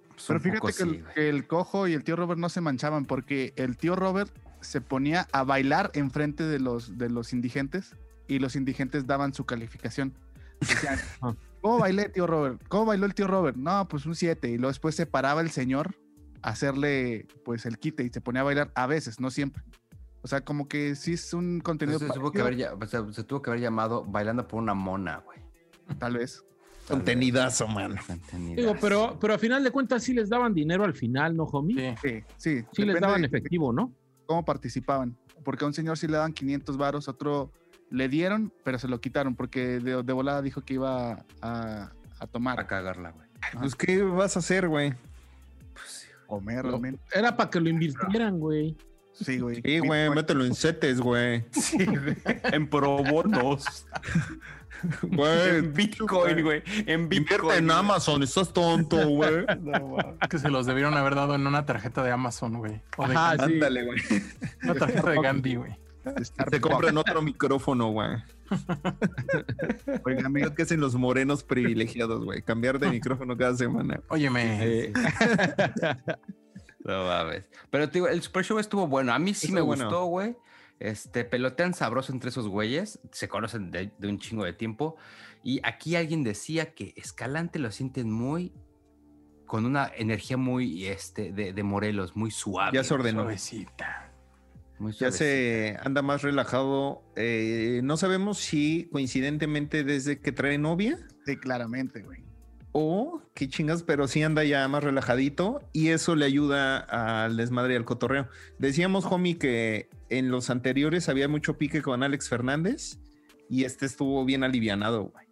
[SPEAKER 3] Pues
[SPEAKER 5] Pero
[SPEAKER 3] un poco
[SPEAKER 5] fíjate que,
[SPEAKER 3] sí,
[SPEAKER 5] el,
[SPEAKER 3] güey.
[SPEAKER 5] que el cojo y el tío Robert no se manchaban porque el tío Robert se ponía a bailar enfrente de los, de los indigentes y los indigentes daban su calificación. Decían,
[SPEAKER 4] Ah.
[SPEAKER 5] ¿cómo bailé, tío Robert? ¿Cómo bailó el tío Robert? No, pues un 7. Y luego después se paraba el señor a hacerle pues el quite y se ponía a bailar a veces, no siempre. O sea, como que sí es un contenido
[SPEAKER 3] Entonces, tuvo que
[SPEAKER 5] parecido,
[SPEAKER 3] haber, ya- o sea, se tuvo que haber llamado Bailando por una mona, güey.
[SPEAKER 5] tal vez.
[SPEAKER 3] Tal vez.
[SPEAKER 2] Contenidazo, mano.
[SPEAKER 3] Contenidazo.
[SPEAKER 4] Digo, pero, pero a final de cuentas sí les daban dinero al final, ¿no, homie? Sí,
[SPEAKER 1] Sí.
[SPEAKER 5] Sí, sí.
[SPEAKER 4] les
[SPEAKER 5] depende
[SPEAKER 4] daban
[SPEAKER 5] de-
[SPEAKER 4] efectivo, ¿no?
[SPEAKER 5] cómo participaban. Porque a un señor sí le daban 500 varos, otro le dieron, pero se lo quitaron porque de, de volada dijo que iba a, a tomar,
[SPEAKER 3] A cagarla, güey.
[SPEAKER 2] Pues, ¿qué vas a hacer, güey?
[SPEAKER 5] a comer,
[SPEAKER 4] No.
[SPEAKER 5] realmente.
[SPEAKER 4] Era para que lo invirtieran, güey.
[SPEAKER 5] Sí, güey.
[SPEAKER 2] Sí, güey, mételo en setes, güey.
[SPEAKER 6] En probonos.
[SPEAKER 2] Güey,
[SPEAKER 6] en Bitcoin, güey. En
[SPEAKER 2] invierte
[SPEAKER 6] Bitcoin.
[SPEAKER 2] en Amazon, estás tonto, güey.
[SPEAKER 1] Es que se los debieron haber dado en una tarjeta de Amazon, güey. O de
[SPEAKER 4] Ajá, sí.
[SPEAKER 2] Ándale, güey.
[SPEAKER 1] una tarjeta de Gandhi, güey.
[SPEAKER 2] Te compran otro micrófono, güey.
[SPEAKER 5] Óigame,
[SPEAKER 2] Creo que hacen los morenos privilegiados, güey. Cambiar de micrófono cada semana.
[SPEAKER 1] Óyeme.
[SPEAKER 2] Eh,
[SPEAKER 3] No mames. Pero te digo, el Super Show estuvo bueno. A mí sí
[SPEAKER 2] Estuvo
[SPEAKER 3] me
[SPEAKER 2] bueno.
[SPEAKER 3] gustó, güey. Este, pelotean sabroso entre esos güeyes. Se conocen de, de un chingo de tiempo. Y aquí alguien decía que Escalante lo sienten muy. con una energía muy este, de, de Morelos, muy suave.
[SPEAKER 2] ya se ordenó.
[SPEAKER 1] Suavecita.
[SPEAKER 3] muy
[SPEAKER 2] Ya
[SPEAKER 3] suavecita.
[SPEAKER 2] se anda más relajado. Eh, no sabemos si coincidentemente desde que trae novia
[SPEAKER 5] sí, claramente, güey.
[SPEAKER 2] o qué chingas, pero sí anda ya más relajadito y eso le ayuda al desmadre y al cotorreo. Decíamos, homie, que en los anteriores había mucho pique con Alex Fernández y este estuvo bien alivianado, güey.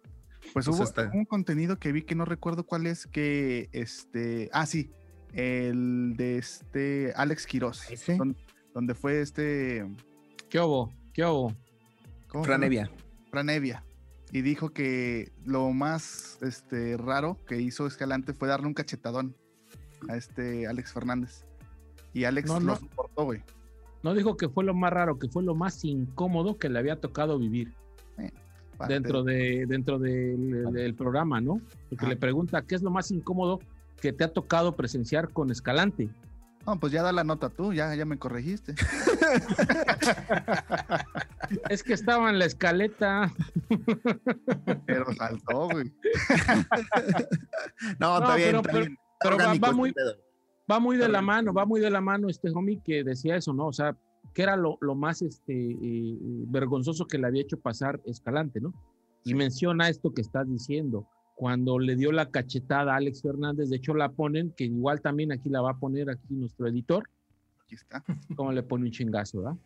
[SPEAKER 5] Pues
[SPEAKER 2] O sea,
[SPEAKER 5] hubo
[SPEAKER 2] está-
[SPEAKER 5] un contenido que vi que no recuerdo cuál es, que este. Ah, sí. El de este Alex Quiroz.
[SPEAKER 2] ¿Ese?
[SPEAKER 5] don- Donde fue este.
[SPEAKER 4] ¿Qué hubo? ¿Qué hubo?
[SPEAKER 5] ¿cómo se
[SPEAKER 2] Fran
[SPEAKER 5] llama?
[SPEAKER 2] Evia.
[SPEAKER 5] Franevia y dijo que lo más este, raro que hizo Escalante fue darle un cachetadón a este Alex Fernández. Y Alex
[SPEAKER 4] No,
[SPEAKER 5] lo
[SPEAKER 4] no.
[SPEAKER 5] soportó, güey.
[SPEAKER 4] No dijo que fue lo más raro, que fue lo más incómodo que le había tocado vivir
[SPEAKER 5] Parte-
[SPEAKER 4] dentro de dentro del, del programa, ¿no? Porque
[SPEAKER 5] Ah.
[SPEAKER 4] le pregunta qué es lo más incómodo que te ha tocado presenciar con Escalante.
[SPEAKER 5] No, pues ya da la nota tú, ya, ya me corregiste.
[SPEAKER 4] Es que estaba en la escaleta.
[SPEAKER 5] Pero saltó, güey.
[SPEAKER 2] No,
[SPEAKER 4] No,
[SPEAKER 2] está bien,
[SPEAKER 4] pero-
[SPEAKER 2] está
[SPEAKER 4] pero-
[SPEAKER 2] bien. Está
[SPEAKER 4] pero va-
[SPEAKER 2] orgánico
[SPEAKER 4] va
[SPEAKER 2] este
[SPEAKER 4] muy-
[SPEAKER 2] pedo.
[SPEAKER 4] Va muy de la mano, va muy de la mano este homie que decía eso, ¿no? O sea, que era lo, lo más este, eh, vergonzoso que le había hecho pasar Escalante, ¿no? Y menciona esto que estás diciendo. Cuando le dio la cachetada a Alex Fernández, de hecho la ponen, que igual también aquí la va a poner aquí nuestro editor,
[SPEAKER 5] Aquí está.
[SPEAKER 4] como le pone un chingazo, ¿verdad?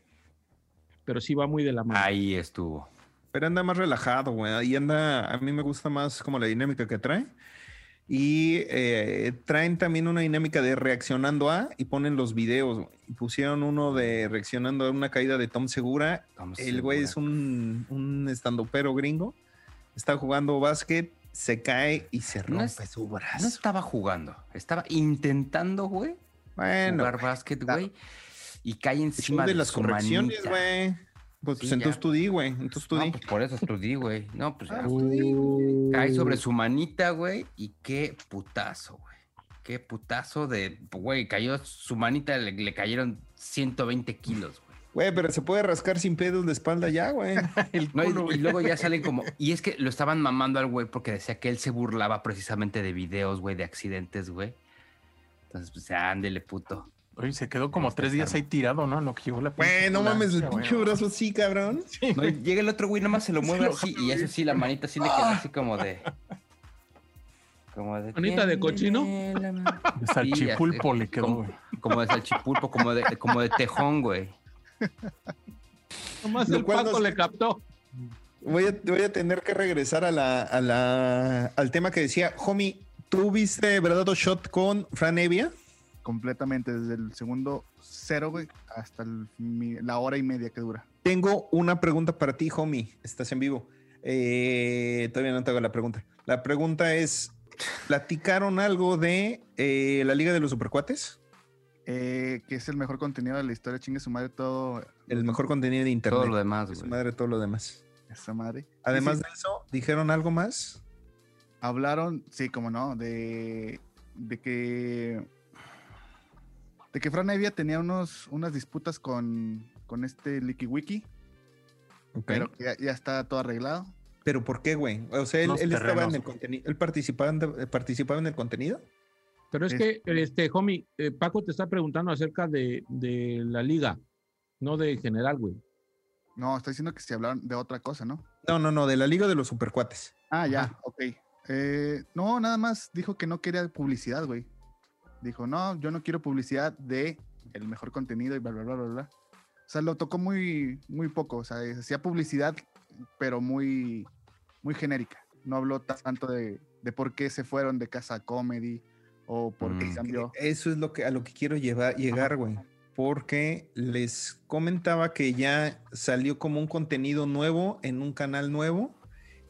[SPEAKER 4] Pero sí va muy de la mano.
[SPEAKER 3] Ahí estuvo.
[SPEAKER 2] Pero anda más relajado, güey. Y anda, a mí me gusta más como la dinámica que trae. Y eh, traen también una dinámica de reaccionando a y ponen los videos. güey. Y Pusieron uno de reaccionando a una caída de Tom Segura.
[SPEAKER 3] Vamos,
[SPEAKER 2] El güey es un, un estandopero gringo. Está jugando básquet, se cae y se
[SPEAKER 3] No
[SPEAKER 2] rompe
[SPEAKER 3] es-
[SPEAKER 2] su
[SPEAKER 3] No
[SPEAKER 2] brazo.
[SPEAKER 3] estaba jugando. Estaba intentando, güey,
[SPEAKER 2] bueno,
[SPEAKER 3] jugar básquet, güey. Y cae
[SPEAKER 2] es una
[SPEAKER 3] encima
[SPEAKER 2] de, las
[SPEAKER 3] su
[SPEAKER 2] correcciones,
[SPEAKER 3] manita.
[SPEAKER 2] güey. Pues,
[SPEAKER 3] Sí,
[SPEAKER 2] pues, entonces
[SPEAKER 3] ya.
[SPEAKER 2] tú di, güey. Entonces tú
[SPEAKER 3] No,
[SPEAKER 2] di.
[SPEAKER 3] pues por eso estudié, güey. No, pues ya,
[SPEAKER 2] Ah,
[SPEAKER 3] güey.
[SPEAKER 4] Uh,
[SPEAKER 3] cae
[SPEAKER 1] Mm.
[SPEAKER 3] sobre su manita, güey, y qué putazo, güey. Qué putazo de, güey, cayó su manita, le, le cayeron 120 kilos, güey.
[SPEAKER 2] Güey, pero se puede rascar sin pedos la espalda ya, güey.
[SPEAKER 1] El
[SPEAKER 3] No, y-
[SPEAKER 1] culo,
[SPEAKER 3] y,
[SPEAKER 1] güey.
[SPEAKER 3] luego ya salen como, y es que lo estaban mamando al güey porque decía que él se burlaba precisamente de videos, güey, de accidentes, güey. Entonces, pues, ándele, puto.
[SPEAKER 1] Oye, se quedó como tres días ahí tirado, ¿no? En lo que llegó la
[SPEAKER 2] Güey, no
[SPEAKER 1] película.
[SPEAKER 2] mames, el
[SPEAKER 1] Sí, güey.
[SPEAKER 2] pinche brazo así, cabrón.
[SPEAKER 3] No, y llega el otro güey, nomás se lo mueve así, y eso sí, la manita sí le queda así como de... Como de
[SPEAKER 4] ¿Manita de cochino?
[SPEAKER 3] "Tiéndeme la mano".
[SPEAKER 1] De salchipulpo
[SPEAKER 3] Sí,
[SPEAKER 1] le quedó,
[SPEAKER 3] como-
[SPEAKER 1] güey.
[SPEAKER 3] Como de salchipulpo, como de, como de tejón, güey.
[SPEAKER 4] Nomás
[SPEAKER 2] Lo
[SPEAKER 4] el
[SPEAKER 2] cual
[SPEAKER 4] Paco
[SPEAKER 2] nos-
[SPEAKER 4] le captó.
[SPEAKER 2] Voy a, voy a tener que regresar a la, a la, al tema que decía, homie, ¿tú viste Verdad Shot con Fran Evia?
[SPEAKER 5] completamente desde el segundo cero, güey, hasta el mi- la hora y media que dura.
[SPEAKER 2] Tengo una pregunta para ti, homie. Estás en vivo. Eh, todavía no te hago la pregunta. La pregunta es, ¿platicaron algo de eh, la Liga de los Supercuates?
[SPEAKER 5] Eh, que es el mejor contenido de la historia, chingue su madre, todo
[SPEAKER 2] El mejor contenido de internet.
[SPEAKER 3] Todo lo demás,
[SPEAKER 2] Su
[SPEAKER 3] güey.
[SPEAKER 2] madre, todo lo demás.
[SPEAKER 5] esa madre.
[SPEAKER 2] Además
[SPEAKER 5] Sí,
[SPEAKER 2] de eso, ¿dijeron algo más?
[SPEAKER 5] sí, hablaron, sí, como no, de, de que de que Fran Evia tenía unos, unas disputas con, con este Licky Wiki,
[SPEAKER 2] Ok.
[SPEAKER 5] pero que ya, ya está todo arreglado.
[SPEAKER 2] ¿Pero por qué, güey? O sea, él,
[SPEAKER 1] Los
[SPEAKER 2] él estaba en
[SPEAKER 1] terrenos,
[SPEAKER 2] el
[SPEAKER 1] güey.
[SPEAKER 2] contenido. ¿Él participaba en, participaba en el contenido?
[SPEAKER 4] Pero es
[SPEAKER 5] Es-
[SPEAKER 4] que, este, homie, eh, Paco te está preguntando acerca de, de la liga, no de general, güey.
[SPEAKER 5] No, está diciendo que se hablaron de otra cosa, ¿no?
[SPEAKER 2] No, no, no, de la Liga de los Supercuates.
[SPEAKER 5] Ah, ya, ok. Eh, no, nada más dijo que no quería publicidad, güey. Dijo, no, yo no quiero publicidad de el mejor contenido y bla, bla, bla, bla, bla. O sea, lo tocó muy, muy poco. O sea, eh, hacía publicidad, pero muy, muy genérica. No habló ta- tanto de, de por qué se fueron de casa a comedy o por qué
[SPEAKER 3] Mm.
[SPEAKER 5] cambió.
[SPEAKER 2] Eso es lo que, a lo que quiero llevar, llegar, güey. Porque les comentaba que ya salió como un contenido nuevo en un canal nuevo.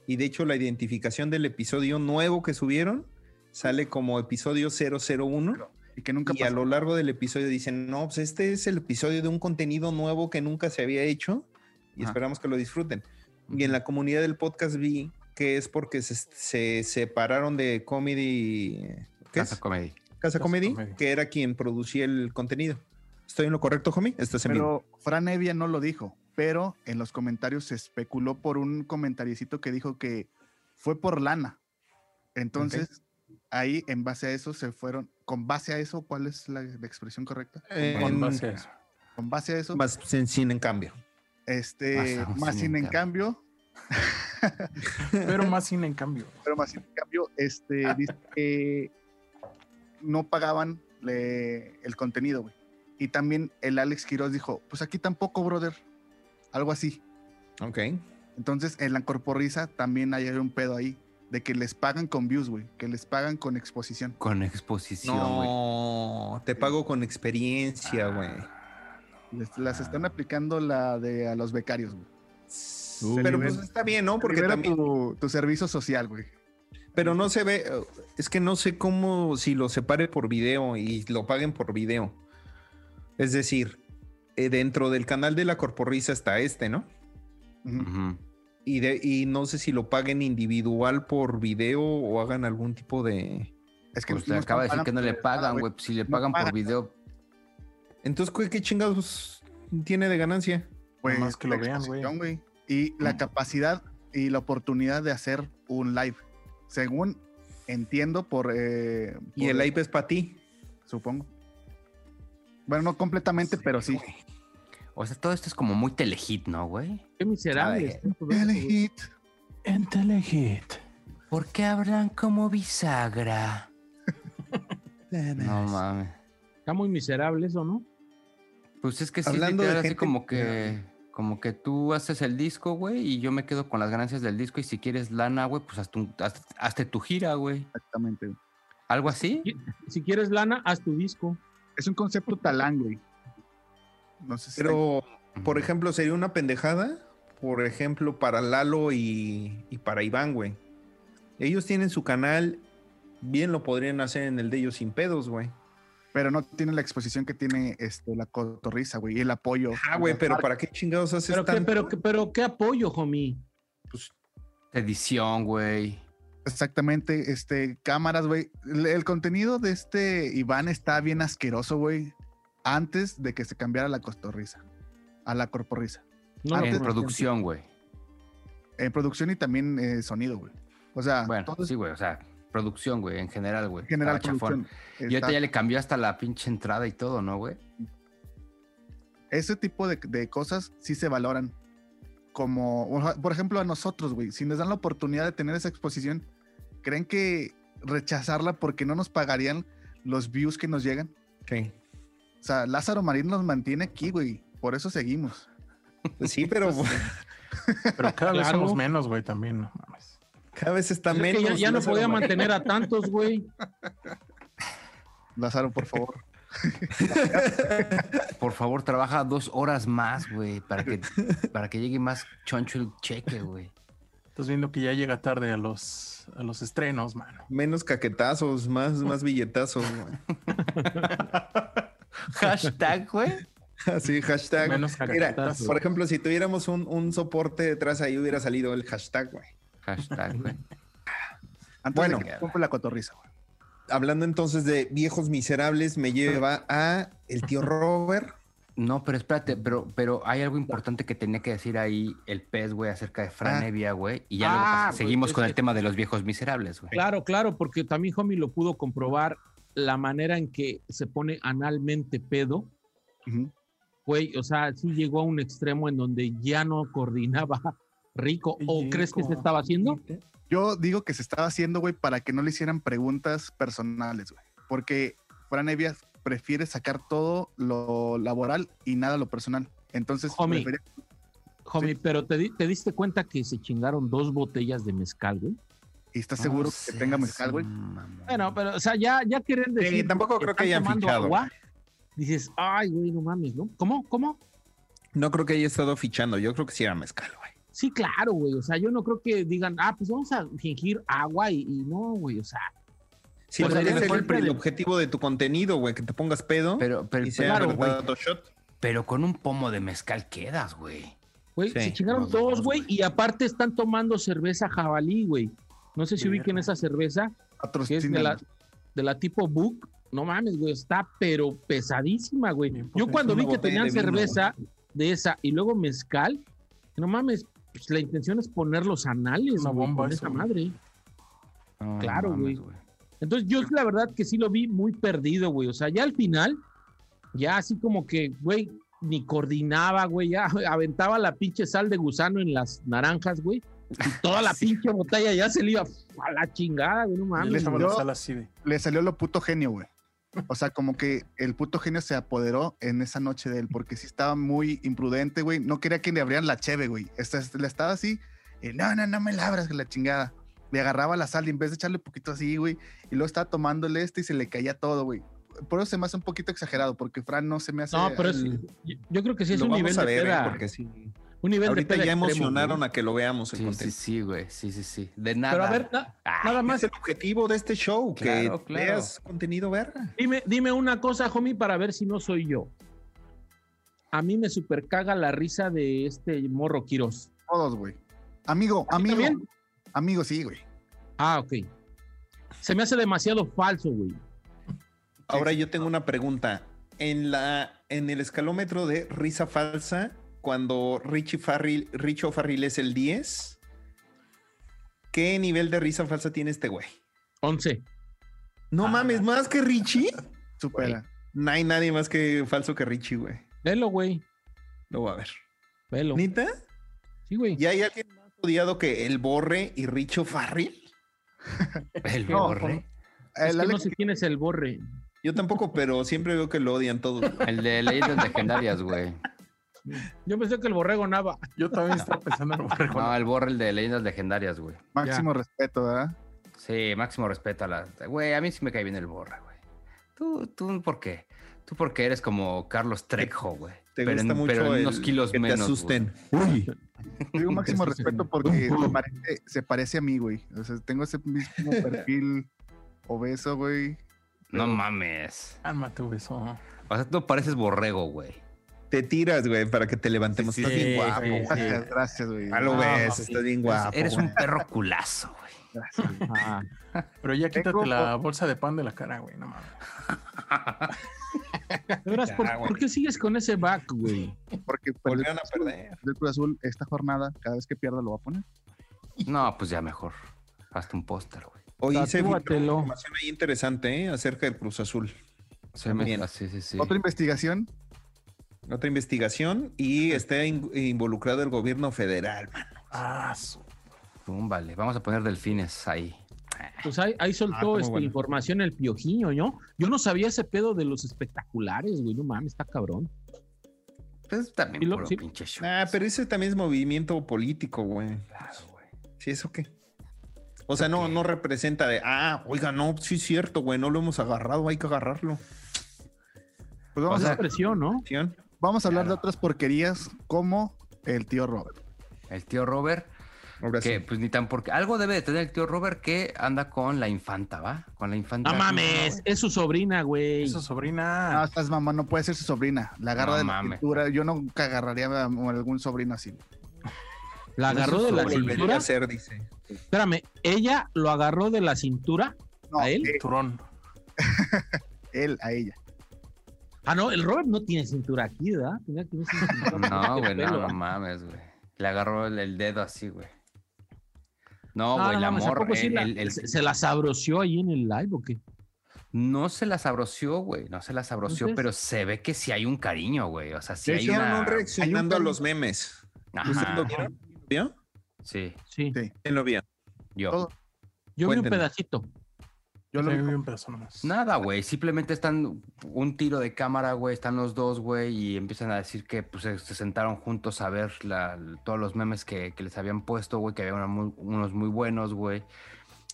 [SPEAKER 2] Y de hecho, la identificación del episodio nuevo que subieron sale como episodio 001.
[SPEAKER 5] Y que nunca
[SPEAKER 2] Y a
[SPEAKER 5] pasó.
[SPEAKER 2] lo largo del episodio dicen, no, pues este es el episodio de un contenido nuevo que nunca se había hecho y
[SPEAKER 5] Ajá.
[SPEAKER 2] esperamos que lo disfruten. Y en la comunidad del podcast vi que es porque se, se separaron de Comedy... ¿Qué
[SPEAKER 3] Casa
[SPEAKER 2] es?
[SPEAKER 3] Comedy.
[SPEAKER 2] Casa Comedy,
[SPEAKER 1] Comedy.
[SPEAKER 2] que era quien producía el contenido. ¿Estoy en lo correcto, homie? Estás en vivo.
[SPEAKER 5] Pero Fran Evia no lo dijo, pero en los comentarios se especuló por un comentariecito que dijo que fue por lana. Entonces, ahí en base a eso se fueron, con base a eso, ¿cuál es la, la expresión correcta?
[SPEAKER 2] Eh,
[SPEAKER 1] En base a eso.
[SPEAKER 5] Con base a eso,
[SPEAKER 2] Más sin, sin en cambio.
[SPEAKER 5] este,
[SPEAKER 3] Más aún,
[SPEAKER 5] más
[SPEAKER 3] sin
[SPEAKER 5] sin en cambio,
[SPEAKER 1] Pero más sin en cambio.
[SPEAKER 5] pero más sin en cambio, este, dice que no pagaban le- el contenido, güey. Y también el Alex Quiroz dijo, pues aquí tampoco, brother. Algo así.
[SPEAKER 2] Ok.
[SPEAKER 5] Entonces, en la corporiza también hay un pedo ahí de que les pagan con views, güey, que les pagan con exposición.
[SPEAKER 3] Con exposición, güey.
[SPEAKER 2] No, te pago con experiencia, güey.
[SPEAKER 5] Les-
[SPEAKER 3] Ah.
[SPEAKER 5] las están aplicando la de a los becarios, güey.
[SPEAKER 1] Uh.
[SPEAKER 2] pero
[SPEAKER 5] libera-
[SPEAKER 2] pues está bien, ¿no? Porque
[SPEAKER 5] Libera
[SPEAKER 2] también,
[SPEAKER 5] tu, tu servicio social, güey.
[SPEAKER 2] pero no se ve, eh, es que no sé cómo si lo separe por video y lo paguen por video. Es decir, eh, dentro del canal de la corporrisa está este, ¿no?
[SPEAKER 5] Ujú.
[SPEAKER 3] Ujú.
[SPEAKER 2] Y, de, y no sé si lo paguen individual por video o hagan algún tipo de...
[SPEAKER 5] Es
[SPEAKER 3] Pues te
[SPEAKER 5] nos
[SPEAKER 3] acaba de decir
[SPEAKER 5] pagan
[SPEAKER 3] que no le
[SPEAKER 5] por nada,
[SPEAKER 3] pagan, güey. pues, Si le
[SPEAKER 5] No
[SPEAKER 3] pagan por
[SPEAKER 5] pagan.
[SPEAKER 3] video,
[SPEAKER 2] Entonces, ¿qué, qué chingados tiene de ganancia?
[SPEAKER 5] Pues,
[SPEAKER 1] Nomás que
[SPEAKER 5] la
[SPEAKER 1] lo vean,
[SPEAKER 5] exposición, Y la capacidad y la oportunidad de hacer un live. Según entiendo por... eh,
[SPEAKER 2] Y
[SPEAKER 5] por-
[SPEAKER 2] el IP es para ti.
[SPEAKER 5] Supongo. Bueno, no completamente, pero sí.
[SPEAKER 3] o sea, todo esto es como muy telehit, ¿no, güey?
[SPEAKER 4] Qué miserable.
[SPEAKER 3] Ay,
[SPEAKER 5] Telehit.
[SPEAKER 1] En Telehit.
[SPEAKER 3] ¿Por qué hablan como bisagra? No mames.
[SPEAKER 4] Está muy miserable eso, ¿no?
[SPEAKER 3] Pues es que sí,
[SPEAKER 2] Hablando de
[SPEAKER 3] literal, así
[SPEAKER 2] gente-
[SPEAKER 3] como que, como que tú haces el disco, güey, y yo me quedo con las ganancias del disco. Y si quieres lana, güey, pues hazte, un- haz- hazte tu gira, güey.
[SPEAKER 5] Exactamente.
[SPEAKER 3] Algo así.
[SPEAKER 4] Si quieres lana, haz tu disco.
[SPEAKER 5] Es un concepto talán, güey. No sé si
[SPEAKER 2] Pero, por
[SPEAKER 3] Ujú.
[SPEAKER 2] ejemplo, sería una pendejada, por ejemplo, para Lalo y, y para Iván, güey. Ellos tienen su canal, bien lo podrían hacer en el de ellos sin pedos, güey.
[SPEAKER 5] pero no tiene la exposición que tiene este, la cotorriza, güey, y el apoyo.
[SPEAKER 2] Ah, güey, pero ¿para qué chingados haces
[SPEAKER 4] Pero, qué,
[SPEAKER 2] tanto?
[SPEAKER 4] pero, qué- pero qué apoyo, homie.
[SPEAKER 3] Edición, güey.
[SPEAKER 5] Exactamente, este, cámaras, güey. El, el contenido de este Iván está bien asqueroso, güey, antes de que se cambiara la cotorriza, a la corporriza.
[SPEAKER 4] No lo
[SPEAKER 5] Antes-
[SPEAKER 3] en
[SPEAKER 4] conocía.
[SPEAKER 3] producción, güey.
[SPEAKER 5] En producción y también eh, sonido, güey. O sea,
[SPEAKER 3] Bueno,
[SPEAKER 5] todo es
[SPEAKER 3] sí, güey. O sea, producción, güey, en general, güey.
[SPEAKER 5] en general
[SPEAKER 3] estaba chafón.
[SPEAKER 5] producción.
[SPEAKER 3] Y ahorita
[SPEAKER 5] Está-
[SPEAKER 3] ya le cambió hasta la pinche entrada y todo, ¿no, güey?
[SPEAKER 5] ese tipo de, de cosas sí se valoran. Como, oja- por ejemplo, a nosotros, güey, si nos dan la oportunidad de tener esa exposición, ¿creen que rechazarla porque no nos pagarían los views que nos llegan?
[SPEAKER 2] Sí.
[SPEAKER 5] O sea, Lázaro Marín nos mantiene aquí, güey, por eso seguimos.
[SPEAKER 2] Pues sí, pero
[SPEAKER 1] Pero cada vez
[SPEAKER 4] Claro.
[SPEAKER 1] somos menos, güey, también. No mames.
[SPEAKER 2] Cada vez está
[SPEAKER 4] Es que
[SPEAKER 2] menos.
[SPEAKER 4] ya, ya no
[SPEAKER 2] Lázaro
[SPEAKER 4] podía
[SPEAKER 2] Mar-
[SPEAKER 4] mantener a tantos, güey.
[SPEAKER 5] Lázaro, por favor.
[SPEAKER 3] Por favor, trabaja dos horas más, güey, para que, para que llegue más choncho el cheque, güey.
[SPEAKER 1] Estás viendo que ya llega tarde a los, a los estrenos, mano.
[SPEAKER 2] Menos caquetazos, más, más billetazos. güey.
[SPEAKER 3] Hashtag, güey.
[SPEAKER 2] Así, hashtag.
[SPEAKER 1] Menos
[SPEAKER 2] Mira,
[SPEAKER 1] caquetazos.
[SPEAKER 2] por ejemplo, si tuviéramos un, un soporte detrás, ahí hubiera salido el hashtag, güey.
[SPEAKER 3] Hashtag, güey.
[SPEAKER 5] Antes
[SPEAKER 2] Bueno.
[SPEAKER 5] de que se compre la cotorriza, güey.
[SPEAKER 2] Hablando entonces de viejos miserables, me lleva a el tío Robert.
[SPEAKER 3] No, pero espérate, pero, pero hay algo importante que tenía que decir ahí el pez, güey, acerca de Fran
[SPEAKER 2] Ah.
[SPEAKER 3] Evia, güey. Y ya
[SPEAKER 4] Ah,
[SPEAKER 3] luego pas-
[SPEAKER 4] pues,
[SPEAKER 3] seguimos
[SPEAKER 4] es
[SPEAKER 3] con el
[SPEAKER 4] que-
[SPEAKER 3] tema de los viejos miserables, güey.
[SPEAKER 4] Claro, claro, porque también Homie lo pudo comprobar la manera en que se pone analmente pedo.
[SPEAKER 5] Ujú.
[SPEAKER 4] Güey, o sea, sí llegó a un extremo en donde ya no coordinaba rico. ¿O
[SPEAKER 1] Rico.
[SPEAKER 4] crees que se estaba haciendo?
[SPEAKER 5] Yo digo que se estaba haciendo, güey, para que no le hicieran preguntas personales, güey. Porque Fran Evia prefiere sacar todo lo laboral y nada lo personal. Entonces,
[SPEAKER 4] Homie.
[SPEAKER 5] prefería-
[SPEAKER 4] Homie, pero te, di- te diste cuenta que se chingaron dos botellas de mezcal, güey.
[SPEAKER 5] ¿y estás
[SPEAKER 3] No
[SPEAKER 5] seguro que tenga
[SPEAKER 3] seas
[SPEAKER 5] mezcal, güey?
[SPEAKER 3] mamón.
[SPEAKER 4] Bueno, pero, o sea, ya, ya querer decir.
[SPEAKER 2] tampoco creo que
[SPEAKER 4] están
[SPEAKER 2] hayan
[SPEAKER 4] tomando
[SPEAKER 2] fichado,
[SPEAKER 4] agua, dices, ay, güey, no mames, ¿no? ¿Cómo? ¿Cómo?
[SPEAKER 2] No creo que haya estado fichando. Yo creo que sí era mezcal, güey.
[SPEAKER 4] Sí, claro, güey. O sea, yo no creo que digan, ah, pues vamos a fingir agua y, y no, güey. O sea,
[SPEAKER 2] Sí,
[SPEAKER 4] Pues
[SPEAKER 2] porque
[SPEAKER 4] a lo
[SPEAKER 2] ese es
[SPEAKER 4] mejor
[SPEAKER 2] el,
[SPEAKER 4] el
[SPEAKER 2] el
[SPEAKER 4] pre-
[SPEAKER 2] objetivo de tu contenido, güey, que te pongas pedo
[SPEAKER 3] Pero, pero,
[SPEAKER 2] y sea
[SPEAKER 4] claro,
[SPEAKER 3] güey,
[SPEAKER 2] verdad, shot.
[SPEAKER 3] pero con un pomo de mezcal quedas, güey.
[SPEAKER 4] güey,
[SPEAKER 2] Sí,
[SPEAKER 4] se chingaron
[SPEAKER 3] los
[SPEAKER 4] todos,
[SPEAKER 3] dos,
[SPEAKER 4] güey.
[SPEAKER 3] güey.
[SPEAKER 4] Y aparte están tomando cerveza jabalí, güey. No sé si
[SPEAKER 2] Mierda.
[SPEAKER 4] ubiquen esa cerveza,
[SPEAKER 5] Pues
[SPEAKER 4] que es de la,
[SPEAKER 5] Patrocínanos.
[SPEAKER 4] de la tipo Book. No mames, güey, está pero pesadísima, güey.
[SPEAKER 1] Bien
[SPEAKER 4] Yo
[SPEAKER 1] potente.
[SPEAKER 4] cuando
[SPEAKER 2] Una
[SPEAKER 4] vi que
[SPEAKER 2] botella
[SPEAKER 4] tenían
[SPEAKER 2] de vino,
[SPEAKER 4] cerveza de esa y luego mezcal, no mames, pues la intención es poner los anales,
[SPEAKER 1] Una
[SPEAKER 4] güey,
[SPEAKER 1] bomba
[SPEAKER 4] con
[SPEAKER 1] eso,
[SPEAKER 4] esa
[SPEAKER 1] güey.
[SPEAKER 4] madre.
[SPEAKER 3] No
[SPEAKER 4] Claro,
[SPEAKER 3] mames,
[SPEAKER 4] güey.
[SPEAKER 3] güey.
[SPEAKER 4] Entonces yo la verdad que sí lo vi muy perdido, güey. O sea, ya al final, ya así como que, güey, ni coordinaba, güey, ya aventaba la pinche sal de gusano en las naranjas, güey. Y toda la pinche botella ya se le iba a la chingada, güey, no
[SPEAKER 1] Le
[SPEAKER 4] mames.
[SPEAKER 1] estaba
[SPEAKER 5] yo-
[SPEAKER 1] la sala así de.
[SPEAKER 5] Le salió lo puto genio, güey. O sea, como que el puto genio se apoderó en esa noche de él, porque sí estaba muy imprudente, güey. No quería que le abrieran la cheve, güey. Esta- esta- Le estaba así, eh, no, no, no me la abras, que la chingada. Le agarraba la sal y en vez de echarle poquito así, güey. Y luego estaba tomándole este y se le caía todo, güey. Por eso se me hace un poquito exagerado, porque Fran no se me hace.
[SPEAKER 4] No, pero es-
[SPEAKER 5] al-
[SPEAKER 4] yo- yo creo que sí es
[SPEAKER 2] lo
[SPEAKER 4] un nivel
[SPEAKER 2] vamos a
[SPEAKER 4] de
[SPEAKER 2] ver, eh,
[SPEAKER 4] peda.
[SPEAKER 2] porque sí.
[SPEAKER 4] Un nivel
[SPEAKER 2] Ahorita
[SPEAKER 4] de peda
[SPEAKER 2] ya
[SPEAKER 4] extremo,
[SPEAKER 2] emocionaron
[SPEAKER 4] güey.
[SPEAKER 2] a que lo veamos en
[SPEAKER 3] Sí, sí,
[SPEAKER 2] contenido.
[SPEAKER 3] sí, güey. Sí, sí, sí. De nada.
[SPEAKER 4] Pero a ver, na-
[SPEAKER 3] Ah,
[SPEAKER 4] nada
[SPEAKER 2] Además,
[SPEAKER 4] más,
[SPEAKER 2] el objetivo de este show,
[SPEAKER 3] Claro,
[SPEAKER 2] que
[SPEAKER 3] claro.
[SPEAKER 2] veas contenido verga.
[SPEAKER 4] dime, dime una cosa, homie, para ver si no soy yo. A mí me supercaga la risa de este morro Quiroz.
[SPEAKER 5] todos, güey. Amigo, amigo.
[SPEAKER 4] también?
[SPEAKER 5] Amigo, sí, güey.
[SPEAKER 4] Ah, ok. Se me hace demasiado falso, güey.
[SPEAKER 2] Ahora yo tengo una pregunta. En la en el escalómetro de risa falsa, cuando Richie Farril, Richo Farril es el 10, ¿qué nivel de risa falsa tiene este güey?
[SPEAKER 4] 11.
[SPEAKER 2] No
[SPEAKER 1] Ah.
[SPEAKER 2] mames, más que Richie.
[SPEAKER 5] Supera.
[SPEAKER 2] No hay nadie más que falso que Richie, güey.
[SPEAKER 4] Velo, güey.
[SPEAKER 2] Lo voy a ver.
[SPEAKER 4] Velo.
[SPEAKER 2] ¿Nita?
[SPEAKER 4] Sí, güey.
[SPEAKER 2] ¿Y hay alguien más odiado que el Borre y Richo Farril?
[SPEAKER 3] el
[SPEAKER 5] No,
[SPEAKER 3] borre.
[SPEAKER 5] El
[SPEAKER 4] Es que no
[SPEAKER 5] Alex-
[SPEAKER 4] sé quién es el borre.
[SPEAKER 2] Yo tampoco, pero siempre veo que lo odian todos.
[SPEAKER 3] El de leyendas legendarias, güey.
[SPEAKER 4] Yo pensé que el borrego nava.
[SPEAKER 1] Yo también estaba pensando en el borrego.
[SPEAKER 5] Ah.
[SPEAKER 3] No, el borre, el de leyendas legendarias, güey.
[SPEAKER 5] Máximo respeto, ¿verdad?
[SPEAKER 3] Sí, máximo respeto a la. Güey, a mí sí me cae bien el borre, güey. Tú, tú, ¿por qué? Tú porque eres como Carlos Trejo, güey.
[SPEAKER 2] Te
[SPEAKER 3] pero
[SPEAKER 2] gusta
[SPEAKER 3] en,
[SPEAKER 2] mucho
[SPEAKER 3] pero en
[SPEAKER 2] el
[SPEAKER 3] unos kilos
[SPEAKER 2] que
[SPEAKER 3] menos.
[SPEAKER 2] te
[SPEAKER 3] güey.
[SPEAKER 2] asusten.
[SPEAKER 5] Digo máximo
[SPEAKER 2] Sí, sí, sí.
[SPEAKER 5] respeto porque se parece, se parece a mí, güey. O sea, tengo ese mismo perfil obeso, güey.
[SPEAKER 3] No mames.
[SPEAKER 1] Cálmate, beso.
[SPEAKER 3] O sea, tú pareces borrego, güey.
[SPEAKER 2] Te tiras, güey, para que te levantemos.
[SPEAKER 5] Sí,
[SPEAKER 2] estás
[SPEAKER 1] sí,
[SPEAKER 2] bien guapo.
[SPEAKER 1] sí,
[SPEAKER 2] güey.
[SPEAKER 1] sí.
[SPEAKER 5] Gracias, gracias, güey.
[SPEAKER 2] Ya lo
[SPEAKER 1] No,
[SPEAKER 2] ves,
[SPEAKER 1] sí.
[SPEAKER 2] estás bien
[SPEAKER 3] Eres-
[SPEAKER 2] guapo.
[SPEAKER 3] eres
[SPEAKER 2] güey.
[SPEAKER 3] un perro culazo, güey.
[SPEAKER 5] Gracias, güey.
[SPEAKER 2] Ah.
[SPEAKER 1] Pero ya quítate
[SPEAKER 5] Tengo-
[SPEAKER 1] la bolsa de pan de la cara, güey. No mames.
[SPEAKER 4] De veras, ¿por,
[SPEAKER 2] Ya, güey.
[SPEAKER 4] por qué sigues con ese back, güey?
[SPEAKER 5] Porque pues,
[SPEAKER 2] Volvieron a perder.
[SPEAKER 5] el Cruz Azul, esta jornada, cada vez que pierda lo va a poner.
[SPEAKER 3] No, pues ya mejor. Hazte un póster, güey.
[SPEAKER 2] Oye, se filtró
[SPEAKER 4] Tatúatelo.
[SPEAKER 2] información ahí interesante ¿eh? acerca del Cruz Azul.
[SPEAKER 3] Se me-
[SPEAKER 2] También.
[SPEAKER 3] ah, Sí, sí, sí.
[SPEAKER 5] Otra investigación,
[SPEAKER 2] Otra investigación y está in- involucrado el gobierno federal. man.
[SPEAKER 1] Ah, su-
[SPEAKER 3] Túmbale. Vamos a poner delfines ahí.
[SPEAKER 4] Pues ahí, ahí
[SPEAKER 2] Ah, está
[SPEAKER 4] soltó
[SPEAKER 2] muy
[SPEAKER 4] esta
[SPEAKER 2] bueno.
[SPEAKER 4] información el piojiño, ¿no? Yo no sabía ese pedo de los espectaculares, güey. No mames, está cabrón.
[SPEAKER 3] Pues Pues también
[SPEAKER 4] Y lo-
[SPEAKER 3] puro
[SPEAKER 4] sí.
[SPEAKER 3] pinche show.
[SPEAKER 2] Ah, pero ese también es movimiento político, güey.
[SPEAKER 3] Claro, güey.
[SPEAKER 2] ¿Sí eso qué? O sea, no, no representa de, ah, oiga, no, sí es cierto, güey, no lo hemos agarrado, hay que agarrarlo.
[SPEAKER 5] Pues vamos,
[SPEAKER 3] O sea,
[SPEAKER 5] a,
[SPEAKER 4] Presión, ¿no?
[SPEAKER 2] ¿Sí?
[SPEAKER 5] vamos a hablar de
[SPEAKER 3] claro.
[SPEAKER 5] otras porquerías como el tío Robert.
[SPEAKER 3] El tío Robert,
[SPEAKER 2] Ahora sí.
[SPEAKER 3] que pues ni tan porque. Algo debe de tener el tío Robert que anda con la infanta, ¿va? Con la infanta.
[SPEAKER 4] No mames, es su sobrina, güey.
[SPEAKER 1] Es su
[SPEAKER 2] Ah.
[SPEAKER 5] No,
[SPEAKER 1] sobrina.
[SPEAKER 5] estás mamá, no puede ser su sobrina. La agarra
[SPEAKER 3] No
[SPEAKER 5] de
[SPEAKER 3] mames.
[SPEAKER 5] la cintura. Yo nunca agarraría a algún sobrino así.
[SPEAKER 4] La
[SPEAKER 3] no es
[SPEAKER 4] agarró
[SPEAKER 3] su
[SPEAKER 4] de la
[SPEAKER 3] sobrina.
[SPEAKER 2] Volvería
[SPEAKER 4] cintura.
[SPEAKER 2] a ser, dice.
[SPEAKER 4] Espérame, ella lo agarró de la cintura.
[SPEAKER 5] No,
[SPEAKER 4] ¿A él?
[SPEAKER 1] Turón.
[SPEAKER 5] él, a ella.
[SPEAKER 4] Ah, no, el Robert no tiene cintura aquí, ¿verdad? Tenía que tener cintura.
[SPEAKER 3] No, güey, no,
[SPEAKER 4] Pelo,
[SPEAKER 3] no
[SPEAKER 4] ¿verdad?
[SPEAKER 3] mames, güey. Le agarró el, el dedo así, güey. No,
[SPEAKER 4] No,
[SPEAKER 3] güey,
[SPEAKER 4] no
[SPEAKER 3] la
[SPEAKER 4] mames, ¿a
[SPEAKER 3] morra.
[SPEAKER 4] poco sí
[SPEAKER 3] el-
[SPEAKER 4] la-
[SPEAKER 3] el- el-
[SPEAKER 4] se, se la sabroció ahí en el live o qué?
[SPEAKER 3] No se la sabroció, güey. No se la sabroció,
[SPEAKER 4] Entonces-
[SPEAKER 3] pero se ve que sí hay un cariño, güey. O sea, sí
[SPEAKER 5] De
[SPEAKER 3] hay
[SPEAKER 5] hecho,
[SPEAKER 2] Hicieron
[SPEAKER 3] una...
[SPEAKER 2] un reaccionando a los memes. ¿Usted
[SPEAKER 3] Ajá,
[SPEAKER 2] lo vieron? ¿Vio?
[SPEAKER 3] sí,
[SPEAKER 4] Sí.
[SPEAKER 5] Sí.
[SPEAKER 2] ¿Quién lo vio?
[SPEAKER 3] yo.
[SPEAKER 5] Todo.
[SPEAKER 4] Yo vi un
[SPEAKER 2] Cuéntenos.
[SPEAKER 4] pedacito.
[SPEAKER 5] Yo
[SPEAKER 1] Sí,
[SPEAKER 5] lo
[SPEAKER 1] vive en persona más.
[SPEAKER 3] Nada, güey. Simplemente están un tiro de cámara, güey. Están los dos, güey, y empiezan a decir que pues, se se sentaron juntos a ver la- todos los memes que, que les habían puesto, güey, que había una muy- unos muy buenos, güey.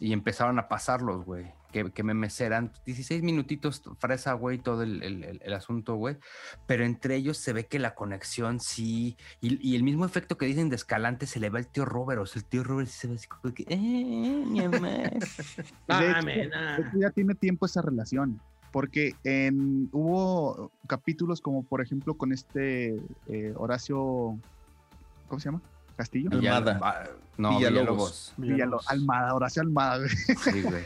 [SPEAKER 3] Y empezaron a pasarlos, güey. Que, que memes eran 16 minutitos fresa, güey, todo el, el- el- el asunto, güey. Pero entre ellos se ve que la conexión sí. Y, y el mismo efecto que dicen de Escalante se le va al tío Robert. O sea, el tío Robert se ve así como que. "Eh, eh, mi amor".
[SPEAKER 5] De hecho,
[SPEAKER 4] Dame, nah.
[SPEAKER 5] De hecho, ya tiene tiempo esa relación, porque en, hubo capítulos como por ejemplo con este eh, Horacio, ¿cómo se llama? Castillo.
[SPEAKER 2] Almada.
[SPEAKER 3] Ah, No,
[SPEAKER 2] Villalobos.
[SPEAKER 3] Villalobos.
[SPEAKER 5] Villalo- Almada, Horacio Almada, güey,
[SPEAKER 3] Sí, güey.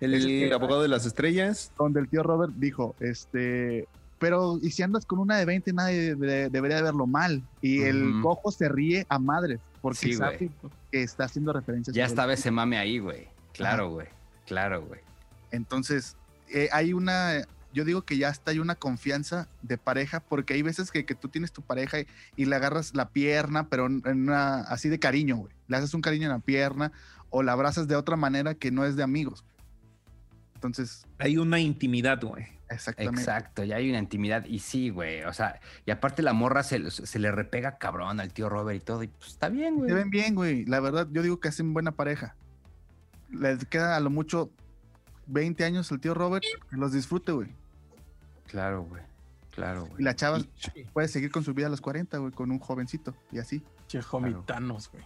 [SPEAKER 2] El, el abogado de las estrellas.
[SPEAKER 5] donde el tío Robert dijo, este, pero y si andas con una de 20 nadie de- de- debería de verlo mal. Y el
[SPEAKER 3] Ujú.
[SPEAKER 5] cojo se ríe a madres, porque
[SPEAKER 3] Sí,
[SPEAKER 5] sabe que está haciendo referencias.
[SPEAKER 3] Ya estaba ese mame ahí, güey. Claro, güey. Claro, güey.
[SPEAKER 5] Entonces, eh, hay una, yo digo que ya hasta hay una confianza de pareja, porque hay veces que, que tú tienes tu pareja y, y le agarras la pierna, pero en en una, así de cariño, güey. Le haces un cariño en la pierna o la abrazas de otra manera que no es de amigos. Entonces,
[SPEAKER 2] Hay una intimidad, güey.
[SPEAKER 5] exactamente.
[SPEAKER 3] Exacto, ya hay una intimidad. Y sí, güey. O sea, y aparte la morra se, se le repega cabrón al tío Robert y todo. Y pues está bien,
[SPEAKER 5] Se
[SPEAKER 3] güey.
[SPEAKER 5] ven bien, güey. La verdad, yo digo que hacen buena pareja. Les queda a lo mucho 20 años el tío Robert, que los disfrute, güey.
[SPEAKER 3] Claro, güey. Claro,
[SPEAKER 5] Y
[SPEAKER 3] güey.
[SPEAKER 5] la chava
[SPEAKER 1] Che,
[SPEAKER 5] puede seguir con su vida a los 40, güey, con un jovencito y así.
[SPEAKER 1] che, jomitanos, güey.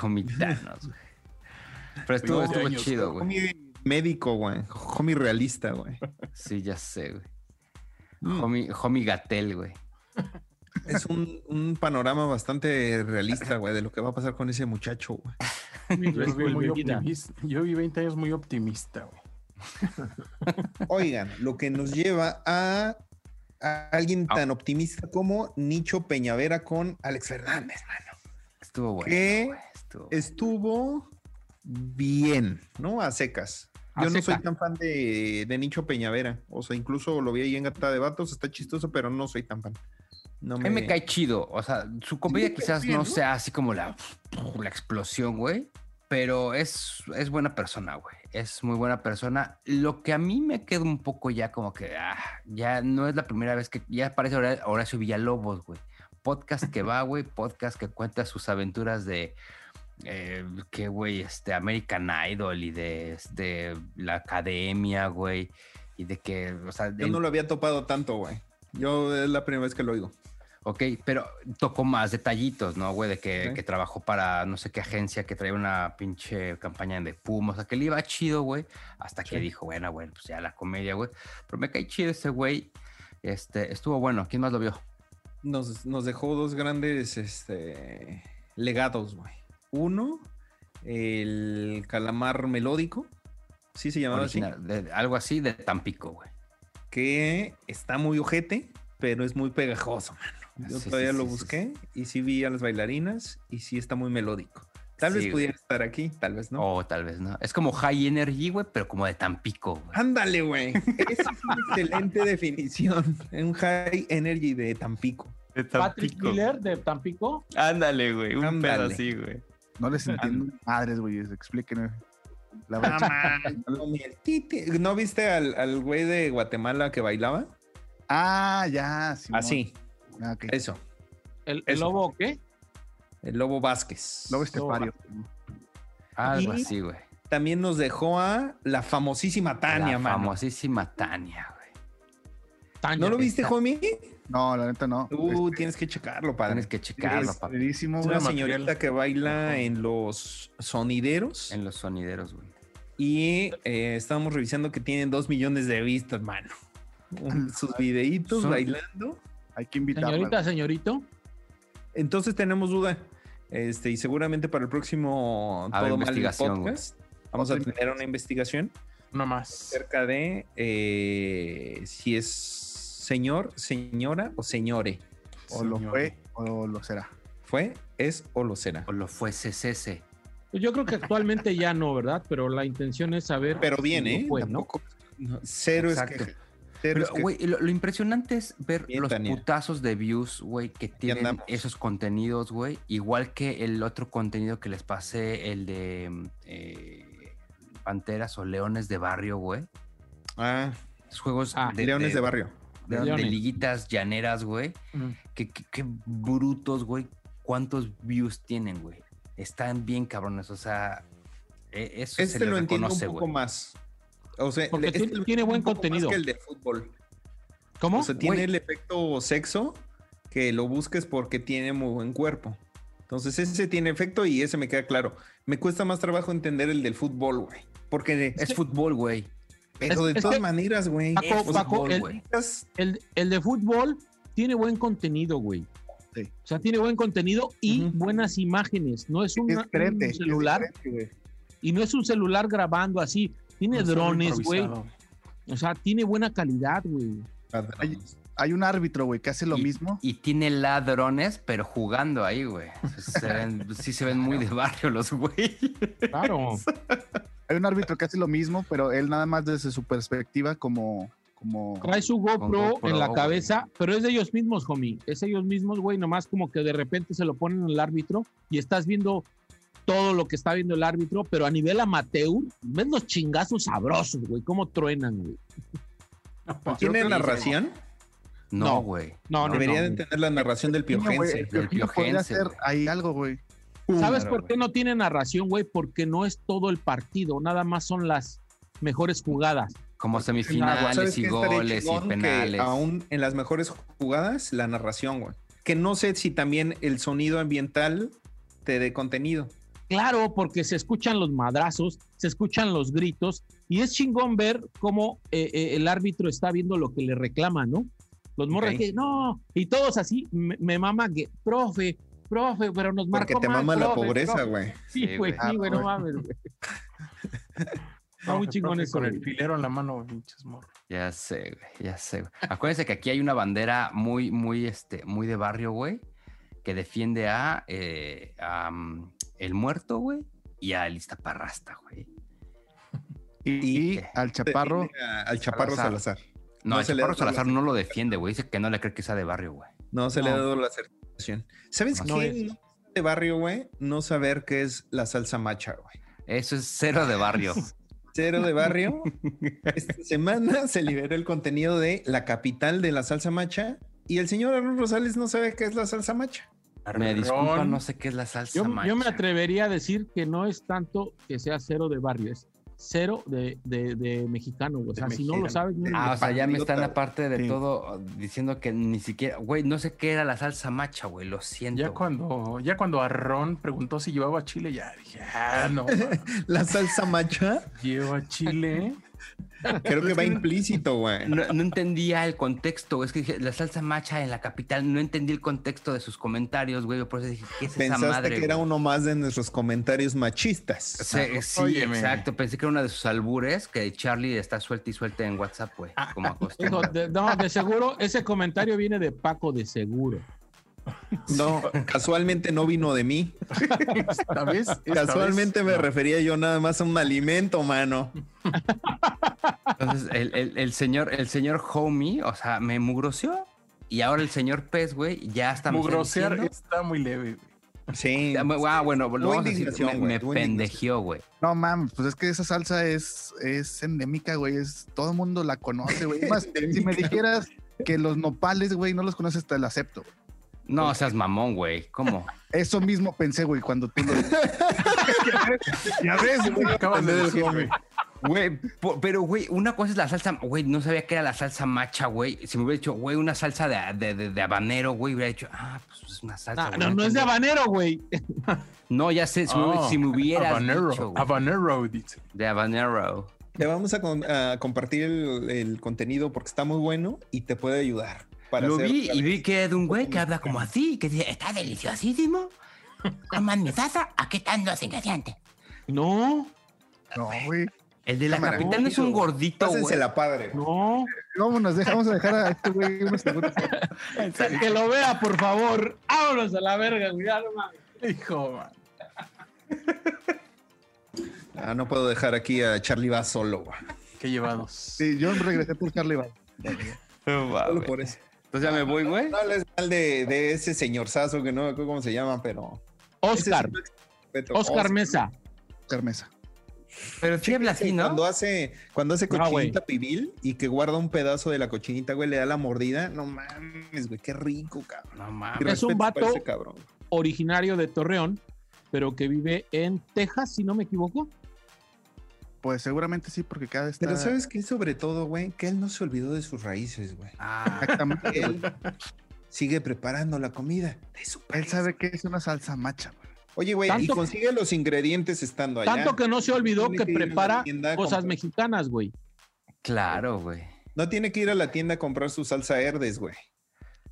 [SPEAKER 3] Jomitanos, güey. Pero estuvo,
[SPEAKER 1] Veinte
[SPEAKER 3] estuvo
[SPEAKER 1] años,
[SPEAKER 3] chido, güey.
[SPEAKER 2] Homie médico, güey. Homie realista, güey.
[SPEAKER 3] Sí, ya sé, güey.
[SPEAKER 2] Mm.
[SPEAKER 3] Homie, homie Gatel, güey.
[SPEAKER 2] Es un, un panorama bastante realista, güey, de lo que va a pasar con ese muchacho, güey.
[SPEAKER 1] Yo
[SPEAKER 4] Red
[SPEAKER 1] viví,
[SPEAKER 4] Bull
[SPEAKER 1] muy
[SPEAKER 4] bebida.
[SPEAKER 1] optimista. Yo viví 20 años muy optimista, güey.
[SPEAKER 2] Oigan, lo que nos lleva a, a alguien tan optimista como Nicho Peñavera con Alex Fernández, mano.
[SPEAKER 3] Estuvo bueno.
[SPEAKER 2] ¿Qué?
[SPEAKER 3] güey, estuvo-
[SPEAKER 2] Estuvo bien, ¿no? A secas. Yo
[SPEAKER 4] A
[SPEAKER 2] no soy
[SPEAKER 4] seca.
[SPEAKER 2] tan fan de, de Nicho Peñavera. O sea, incluso lo vi ahí en Gata de Vatos, está chistoso, pero no soy tan fan. No
[SPEAKER 3] A mí me cae chido. O sea, su comedia quizás
[SPEAKER 2] bien, ¿no?
[SPEAKER 3] no, sea así como la, la explosión, güey. Pero es, es buena persona, güey. Es muy buena persona. Lo que a mí me queda un poco ya como que ah, ya no es la primera vez que ya aparece Hora- Horacio Villalobos, güey. Podcast que va, güey. Podcast que cuenta sus aventuras de eh, qué, güey, este American Idol y de este, la academia, güey. Y de que, o sea,
[SPEAKER 2] Yo
[SPEAKER 3] en-
[SPEAKER 2] no lo había topado tanto, güey. Yo es la primera vez que lo oigo.
[SPEAKER 3] Ok, pero tocó más detallitos, ¿no, güey? De que,
[SPEAKER 2] Ok.
[SPEAKER 3] que trabajó para no sé qué agencia que traía una pinche campaña de Puma. O sea, que le iba chido, güey. Hasta que dijo, bueno, güey, pues ya la comedia, güey. Pero me cae chido ese güey. Este, estuvo bueno. ¿Quién más lo vio?
[SPEAKER 2] nos, nos dejó dos grandes este, legados, güey. Uno, el calamar melódico, sí se llamaba así,
[SPEAKER 3] Original- de- algo así de Tampico, güey.
[SPEAKER 2] que está muy ojete, pero es muy pegajoso, mano. Yo
[SPEAKER 3] Ah, Sí, sí,
[SPEAKER 2] todavía
[SPEAKER 3] sí,
[SPEAKER 2] lo
[SPEAKER 3] sí,
[SPEAKER 2] busqué y sí vi a las bailarinas y sí está muy melódico. Tal
[SPEAKER 3] Sí,
[SPEAKER 2] vez
[SPEAKER 3] güey. Oh.
[SPEAKER 2] pudiera estar aquí, tal vez no.
[SPEAKER 3] O tal vez no. Es como High Energy, güey, pero como de Tampico, güey.
[SPEAKER 2] Ándale, güey. Esa es una excelente definición. Un high energy de Tampico.
[SPEAKER 6] De
[SPEAKER 4] Patrick
[SPEAKER 6] Tampico.
[SPEAKER 4] Miller de Tampico.
[SPEAKER 6] Ándale, güey. Un pedo
[SPEAKER 2] Ándale.
[SPEAKER 6] así, güey.
[SPEAKER 5] No
[SPEAKER 4] Ah,
[SPEAKER 5] les entiendo. Madres, güey, explíquenme. La verdad,
[SPEAKER 2] No, ni el titi. ¿No viste al al güey de Guatemala que bailaba?
[SPEAKER 5] Ah, ya. Simón.
[SPEAKER 2] Así.
[SPEAKER 5] Ah, ok.
[SPEAKER 2] Eso,
[SPEAKER 4] ¿El, el
[SPEAKER 2] Eso.
[SPEAKER 4] lobo qué?
[SPEAKER 2] el Lobo Vázquez.
[SPEAKER 5] Lobo Estepario.
[SPEAKER 3] Algo
[SPEAKER 2] Y-
[SPEAKER 3] así, güey.
[SPEAKER 2] También nos dejó a la famosísima Tania,
[SPEAKER 3] La
[SPEAKER 2] mano.
[SPEAKER 3] famosísima Tania, güey.
[SPEAKER 4] Tania.
[SPEAKER 2] ¿No lo viste, homie?
[SPEAKER 5] No, la neta no.
[SPEAKER 2] Uh,
[SPEAKER 5] Este,
[SPEAKER 2] tienes que checarlo, padre.
[SPEAKER 3] Tienes que checarlo,
[SPEAKER 5] es
[SPEAKER 3] papá.
[SPEAKER 5] verguísimo,
[SPEAKER 2] Es
[SPEAKER 5] güey.
[SPEAKER 2] una
[SPEAKER 1] Pura
[SPEAKER 2] señorita
[SPEAKER 1] material.
[SPEAKER 2] que baila en los sonideros
[SPEAKER 3] En los sonideros, güey.
[SPEAKER 2] y eh, estábamos revisando que tienen dos millones de vistas, mano. Sus videitos
[SPEAKER 3] Son-
[SPEAKER 2] bailando.
[SPEAKER 5] Hay que invitarla.
[SPEAKER 4] Señorita, señorito.
[SPEAKER 2] Entonces tenemos duda. Este, y seguramente para el próximo
[SPEAKER 3] Habrá
[SPEAKER 2] Todo Mal
[SPEAKER 3] investigación,
[SPEAKER 2] podcast vamos a
[SPEAKER 5] Otra
[SPEAKER 2] tener una investigación
[SPEAKER 1] Una más.
[SPEAKER 2] acerca de eh, si es señor, señora o señore.
[SPEAKER 5] O lo fue o lo será.
[SPEAKER 2] ¿Fue, es o lo será?
[SPEAKER 3] O lo fue CCC.
[SPEAKER 4] Pues yo creo que actualmente ya no, ¿verdad? Pero la intención es saber.
[SPEAKER 2] Pero bien,
[SPEAKER 4] si
[SPEAKER 2] ¿eh?
[SPEAKER 4] lo fue, ¿no?
[SPEAKER 2] Tampoco- no, cero
[SPEAKER 3] Exacto.
[SPEAKER 2] es que. Cero
[SPEAKER 3] Pero,
[SPEAKER 2] es queja.
[SPEAKER 3] güey, lo, lo impresionante es ver
[SPEAKER 2] Bien,
[SPEAKER 3] los
[SPEAKER 2] Tania.
[SPEAKER 3] putazos de views, güey, que tienen
[SPEAKER 2] andamos.
[SPEAKER 3] esos contenidos, güey. Igual que el otro contenido que les pasé, el de mm, eh, Panteras o Leones de Barrio, güey.
[SPEAKER 2] Ah,
[SPEAKER 3] Esos juegos
[SPEAKER 4] Ah,
[SPEAKER 3] de,
[SPEAKER 2] Leones de,
[SPEAKER 3] de-
[SPEAKER 2] barrio.
[SPEAKER 3] de- de
[SPEAKER 4] Leones.
[SPEAKER 3] liguitas llaneras, güey.
[SPEAKER 1] Mm.
[SPEAKER 3] Qué, qué- qué brutos, güey. ¿Cuántos views tienen, güey? Están bien cabrones, o sea... e- Eso se
[SPEAKER 2] Este
[SPEAKER 3] les
[SPEAKER 2] lo entiendo un
[SPEAKER 3] reconoce,
[SPEAKER 2] poco
[SPEAKER 3] güey.
[SPEAKER 2] más. O sea,
[SPEAKER 4] Porque
[SPEAKER 2] este
[SPEAKER 4] tiene-
[SPEAKER 2] lo
[SPEAKER 4] tiene
[SPEAKER 2] entiendo
[SPEAKER 4] buen
[SPEAKER 2] un poco más
[SPEAKER 4] contenido.
[SPEAKER 2] que el de fútbol.
[SPEAKER 4] ¿Cómo?
[SPEAKER 2] O sea, tiene
[SPEAKER 3] Güey.
[SPEAKER 2] el efecto sexo que lo busques porque tiene muy buen cuerpo. Entonces, ese tiene efecto y ese me queda claro. Me cuesta más trabajo entender el del fútbol, güey. Porque,
[SPEAKER 3] Es fútbol, güey.
[SPEAKER 2] pero de
[SPEAKER 4] es
[SPEAKER 2] todas
[SPEAKER 4] que-
[SPEAKER 2] maneras,
[SPEAKER 3] Ah,
[SPEAKER 2] güey.
[SPEAKER 4] Paco,
[SPEAKER 2] o sea,
[SPEAKER 4] Paco,
[SPEAKER 3] fútbol,
[SPEAKER 4] el-
[SPEAKER 3] güey.
[SPEAKER 2] estás-
[SPEAKER 4] El, el de fútbol tiene buen contenido, güey.
[SPEAKER 5] Sí.
[SPEAKER 4] O sea, tiene buen contenido y
[SPEAKER 2] Ujú.
[SPEAKER 4] buenas imágenes. No es, una-
[SPEAKER 5] Es diferente.
[SPEAKER 4] un celular
[SPEAKER 5] es diferente,
[SPEAKER 4] y no es un celular grabando así. Tiene
[SPEAKER 1] Está
[SPEAKER 4] drones, güey.
[SPEAKER 1] improvisado.
[SPEAKER 4] O sea, tiene buena calidad, güey.
[SPEAKER 5] Ay, Hay un árbitro, güey, que hace lo
[SPEAKER 3] Y-
[SPEAKER 5] mismo.
[SPEAKER 3] Y tiene ladrones, pero jugando ahí, güey. Se ven- sí se ven muy de barrio los güey.
[SPEAKER 4] Claro.
[SPEAKER 5] Hay un árbitro que hace lo mismo, pero él nada más desde su perspectiva como... como
[SPEAKER 4] Trae su GoPro,
[SPEAKER 3] GoPro,
[SPEAKER 4] en la
[SPEAKER 3] güey.
[SPEAKER 4] cabeza, pero es de ellos mismos, homie. Es ellos mismos, güey. Nomás como que de repente se lo ponen al árbitro y estás viendo todo lo que está viendo el árbitro, pero a nivel amateur, ves los chingazos sabrosos, güey. Cómo truenan, güey.
[SPEAKER 2] ¿Tiene
[SPEAKER 5] creo que-
[SPEAKER 2] narración?
[SPEAKER 3] No,
[SPEAKER 4] No.
[SPEAKER 3] güey.
[SPEAKER 4] No, no,
[SPEAKER 2] Debería
[SPEAKER 4] no.
[SPEAKER 2] de tener la narración del
[SPEAKER 5] Niño, güey,
[SPEAKER 2] piojense.
[SPEAKER 5] el Piojiño podría
[SPEAKER 3] piojense,
[SPEAKER 5] hacer
[SPEAKER 3] güey.
[SPEAKER 5] ahí algo, güey.
[SPEAKER 4] ¿Sabes
[SPEAKER 3] Claro,
[SPEAKER 4] por qué
[SPEAKER 3] güey.
[SPEAKER 4] no tiene narración, güey? Porque no es todo el partido, nada más son las mejores jugadas.
[SPEAKER 3] Como
[SPEAKER 2] Ah, güey, ¿sabes
[SPEAKER 3] semifinales
[SPEAKER 2] qué
[SPEAKER 3] y
[SPEAKER 2] estaría
[SPEAKER 3] goles
[SPEAKER 2] chingón?
[SPEAKER 3] y
[SPEAKER 2] Que
[SPEAKER 3] penales.
[SPEAKER 2] aún en las mejores jugadas, la narración, güey. Que no sé si también el sonido ambiental te dé contenido.
[SPEAKER 4] Claro, porque se escuchan los madrazos, se escuchan los gritos, y es chingón ver cómo eh, eh, el árbitro está viendo lo que le reclama, ¿no? Los morros
[SPEAKER 2] Ok.
[SPEAKER 4] que, no, y todos así, me, me mama que, profe, profe, pero nos marcó
[SPEAKER 2] Porque te
[SPEAKER 4] mal,
[SPEAKER 2] mama la
[SPEAKER 4] profe,
[SPEAKER 2] pobreza,
[SPEAKER 4] profe".
[SPEAKER 2] güey.
[SPEAKER 4] Sí,
[SPEAKER 3] Sí,
[SPEAKER 4] güey,
[SPEAKER 5] güey.
[SPEAKER 4] sí, güey, no
[SPEAKER 5] Ah,
[SPEAKER 4] mames, güey. Está muy
[SPEAKER 1] Profe,
[SPEAKER 4] chingón
[SPEAKER 1] profe,
[SPEAKER 4] eso,
[SPEAKER 1] Con el
[SPEAKER 4] güey.
[SPEAKER 1] filero en la mano, pinches morros.
[SPEAKER 3] Ya sé, güey. Ya sé, güey. Acuérdense que aquí hay una bandera muy, muy, este, muy de barrio, güey. Que defiende a, eh, a, mm, el muerto, güey. Y a Lista Parrasta, güey.
[SPEAKER 5] Y, y
[SPEAKER 3] Sí.
[SPEAKER 5] al chaparro,
[SPEAKER 2] A- Al Chaparro Salazar.
[SPEAKER 3] Salazar.
[SPEAKER 2] No
[SPEAKER 3] No, el
[SPEAKER 2] se le
[SPEAKER 3] Chaparro
[SPEAKER 2] da la-
[SPEAKER 3] Salazar no lo defiende, güey. Dice que no le cree que sea de barrio, güey.
[SPEAKER 2] No se le
[SPEAKER 4] No.
[SPEAKER 2] ha dado la certificación. ¿Sabes
[SPEAKER 3] No
[SPEAKER 2] qué? No es de barrio, güey, no saber qué es la salsa macha, güey.
[SPEAKER 3] Eso es cero de barrio.
[SPEAKER 2] Cero de barrio. Esta semana se liberó el contenido de la capital de la salsa macha y el señor Arnold Rosales no sabe qué es la salsa macha.
[SPEAKER 3] Me disculpa,
[SPEAKER 1] Ron.
[SPEAKER 3] no sé qué es la salsa
[SPEAKER 4] Yo, yo me
[SPEAKER 3] macha.
[SPEAKER 4] atrevería a decir que no es tanto que sea cero de barrio, es cero de, de- de mexicano, güey. O
[SPEAKER 2] De
[SPEAKER 4] sea, si no lo
[SPEAKER 2] mexicano.
[SPEAKER 4] sabes, no-
[SPEAKER 3] Ah, o sea, ya me están
[SPEAKER 2] Patriota.
[SPEAKER 3] aparte de
[SPEAKER 5] Sí.
[SPEAKER 3] todo diciendo que ni siquiera, güey, no sé qué era la salsa macha, güey, lo siento.
[SPEAKER 1] Ya cuando, ya cuando Arrón preguntó si llevaba chile, ya dije, ah, no, ma,
[SPEAKER 2] La salsa macha
[SPEAKER 1] lleva chile. ¿eh?
[SPEAKER 2] creo que va implícito, güey.
[SPEAKER 3] No, no entendía el contexto, güey, es que dije, la salsa macha en la capital, no entendí el contexto de sus comentarios, güey, yo por eso dije, ¿qué es esa
[SPEAKER 2] Pensaste
[SPEAKER 3] madre?
[SPEAKER 2] que era
[SPEAKER 3] güey?
[SPEAKER 2] uno más de nuestros comentarios machistas.
[SPEAKER 3] Sí, sí,
[SPEAKER 1] Óyeme.
[SPEAKER 3] exacto, pensé que era una de sus albures, que Charlie está suelta y suelta en WhatsApp, güey, como
[SPEAKER 4] Digo,
[SPEAKER 3] acostumbrado.
[SPEAKER 4] de- no, de seguro, ese comentario viene de Paco, de seguro.
[SPEAKER 2] No, casualmente no vino de mí.
[SPEAKER 1] Esta vez, esta vez,
[SPEAKER 2] Casualmente me
[SPEAKER 1] no.
[SPEAKER 2] refería yo nada más a un alimento, mano.
[SPEAKER 3] Entonces, el, el- el señor, el señor homie, o sea, me mugroseó, y ahora el señor pez, güey, ya está me está
[SPEAKER 1] Mugrosear
[SPEAKER 3] diciendo-
[SPEAKER 1] está muy leve. güey.
[SPEAKER 2] Sí.
[SPEAKER 3] Ah, bueno, lo vamos a decir,
[SPEAKER 2] indignación,
[SPEAKER 3] me,
[SPEAKER 2] güey,
[SPEAKER 3] me
[SPEAKER 2] tu indignación.
[SPEAKER 3] pendejió, güey.
[SPEAKER 5] no mames, pues es que esa salsa es, es endémica, güey. Es, todo el mundo la conoce, güey. Es Más, si me dijeras que los nopales, güey, no los conoces, te lo acepto.
[SPEAKER 3] No seas mamón, güey. ¿Cómo?
[SPEAKER 5] Eso mismo pensé, güey, cuando tú lo Ya ves, güey.
[SPEAKER 1] Acaban de
[SPEAKER 2] Depende del
[SPEAKER 1] decir,
[SPEAKER 2] jefe.
[SPEAKER 3] Güey, po- pero güey, una cosa es la salsa, güey, no sabía que era la salsa macha, güey. Si me hubiera dicho, güey, una salsa de, de, de- de habanero, güey, hubiera dicho, ah, pues es una salsa.
[SPEAKER 4] Ah,
[SPEAKER 3] güey,
[SPEAKER 4] no, no es
[SPEAKER 3] entendí".
[SPEAKER 4] de habanero, güey.
[SPEAKER 3] No, ya sé, si, me hubi-
[SPEAKER 1] Oh,
[SPEAKER 3] si me hubieras
[SPEAKER 1] habanero,
[SPEAKER 3] dicho, güey,
[SPEAKER 1] habanero, dice.
[SPEAKER 3] de habanero.
[SPEAKER 2] Te vamos a, con- a compartir el, el contenido porque está muy bueno y te puede ayudar. Para
[SPEAKER 3] Lo
[SPEAKER 2] hacer-
[SPEAKER 3] vi y vi que era de un güey que habla como así, que dice, está deliciosísimo. Coman mi salsa, aquí están los ingredientes.
[SPEAKER 4] No,
[SPEAKER 5] No, güey.
[SPEAKER 3] El de la
[SPEAKER 2] Cámara,
[SPEAKER 3] capital no es un
[SPEAKER 2] tío.
[SPEAKER 3] gordito, güey.
[SPEAKER 2] Pásensela padre.
[SPEAKER 4] no.
[SPEAKER 5] Vámonos, deja- vamos a dejar a este güey unos segundos.
[SPEAKER 4] Que lo vea, por favor. Vámonos a la verga, güey. ya no mames.
[SPEAKER 1] Hijo, man.
[SPEAKER 2] Ah, no puedo dejar aquí a Charlie va solo. güey.
[SPEAKER 1] Qué llevados.
[SPEAKER 5] Sí, yo regresé por Charlie Brown.
[SPEAKER 3] No mames.
[SPEAKER 2] Solo por eso.
[SPEAKER 3] Entonces ya me voy, güey.
[SPEAKER 2] No hables mal de, de ese señorzazo que no me acuerdo cómo se llama, pero. ese
[SPEAKER 4] Oscar,
[SPEAKER 2] sí me respeto.
[SPEAKER 4] Oscar Mesa.
[SPEAKER 5] Carmesa.
[SPEAKER 3] Pero sí habla así, ¿no? Ah,
[SPEAKER 2] Cuando hace, cuando hace
[SPEAKER 4] No, güey.
[SPEAKER 2] cochinita pibil y que guarda un pedazo de la cochinita, güey, le da la mordida. No mames, güey, qué rico, cabrón.
[SPEAKER 3] No
[SPEAKER 2] Mi
[SPEAKER 3] mames.
[SPEAKER 4] Es un
[SPEAKER 2] respeto para
[SPEAKER 4] vato-
[SPEAKER 2] ese cabrón.
[SPEAKER 4] originario de Torreón, pero que vive en Texas, si no me equivoco.
[SPEAKER 5] Pues seguramente sí, porque cada vez.
[SPEAKER 3] Ah.
[SPEAKER 2] Pero ¿sabes qué? Sobre todo, güey, que él no se olvidó de sus raíces, güey.
[SPEAKER 3] Ah,
[SPEAKER 5] Exactamente.
[SPEAKER 2] Él sigue preparando la comida de su
[SPEAKER 5] Él
[SPEAKER 2] país.
[SPEAKER 5] sabe que es una salsa macha. güey.
[SPEAKER 2] Oye, güey, y
[SPEAKER 4] Tanto-
[SPEAKER 2] consigue los ingredientes estando allá.
[SPEAKER 4] Tanto que no se olvidó
[SPEAKER 2] Tiene
[SPEAKER 4] que
[SPEAKER 2] ir a la
[SPEAKER 4] prepara
[SPEAKER 2] tienda a
[SPEAKER 4] cosas
[SPEAKER 2] comprar-
[SPEAKER 4] mexicanas, güey.
[SPEAKER 3] claro, güey.
[SPEAKER 2] No tiene que ir a la tienda a comprar su salsa Herdes, güey.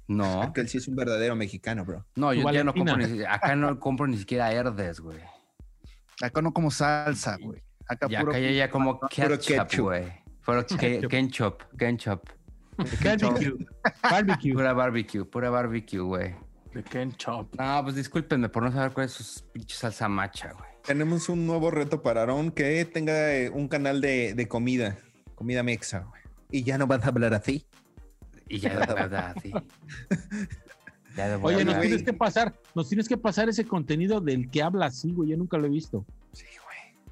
[SPEAKER 3] No,
[SPEAKER 2] Porque él sí es un verdadero mexicano, bro.
[SPEAKER 3] no,
[SPEAKER 4] Tu
[SPEAKER 3] yo ya no
[SPEAKER 4] Valentina.
[SPEAKER 3] compro ni, acá no compro ni siquiera herdes, güey.
[SPEAKER 5] Acá no como salsa, güey. Acá
[SPEAKER 3] Ya
[SPEAKER 5] puro.
[SPEAKER 3] acá ya, ya como ketchup,
[SPEAKER 2] ketchup.
[SPEAKER 3] güey. Puro ke-
[SPEAKER 4] Ketchup.
[SPEAKER 3] ketchup, ketchup.
[SPEAKER 4] Barbecue. Barbecue.
[SPEAKER 3] Pura barbecue, pura barbecue, güey.
[SPEAKER 1] De Ken Chop.
[SPEAKER 3] No, pues discúlpenme por no saber cuál es su pinche salsa macha, güey.
[SPEAKER 2] Tenemos un nuevo reto para Aarón que tenga eh, un canal de, de comida, comida mexa, güey. Y ya no vas a hablar así.
[SPEAKER 3] Y ya de verdad, sí. Ya de
[SPEAKER 4] Oye, nos este
[SPEAKER 2] güey.
[SPEAKER 4] tienes que pasar, nos tienes que pasar ese contenido del que habla así, güey. Yo nunca lo he visto.
[SPEAKER 2] Sí, güey.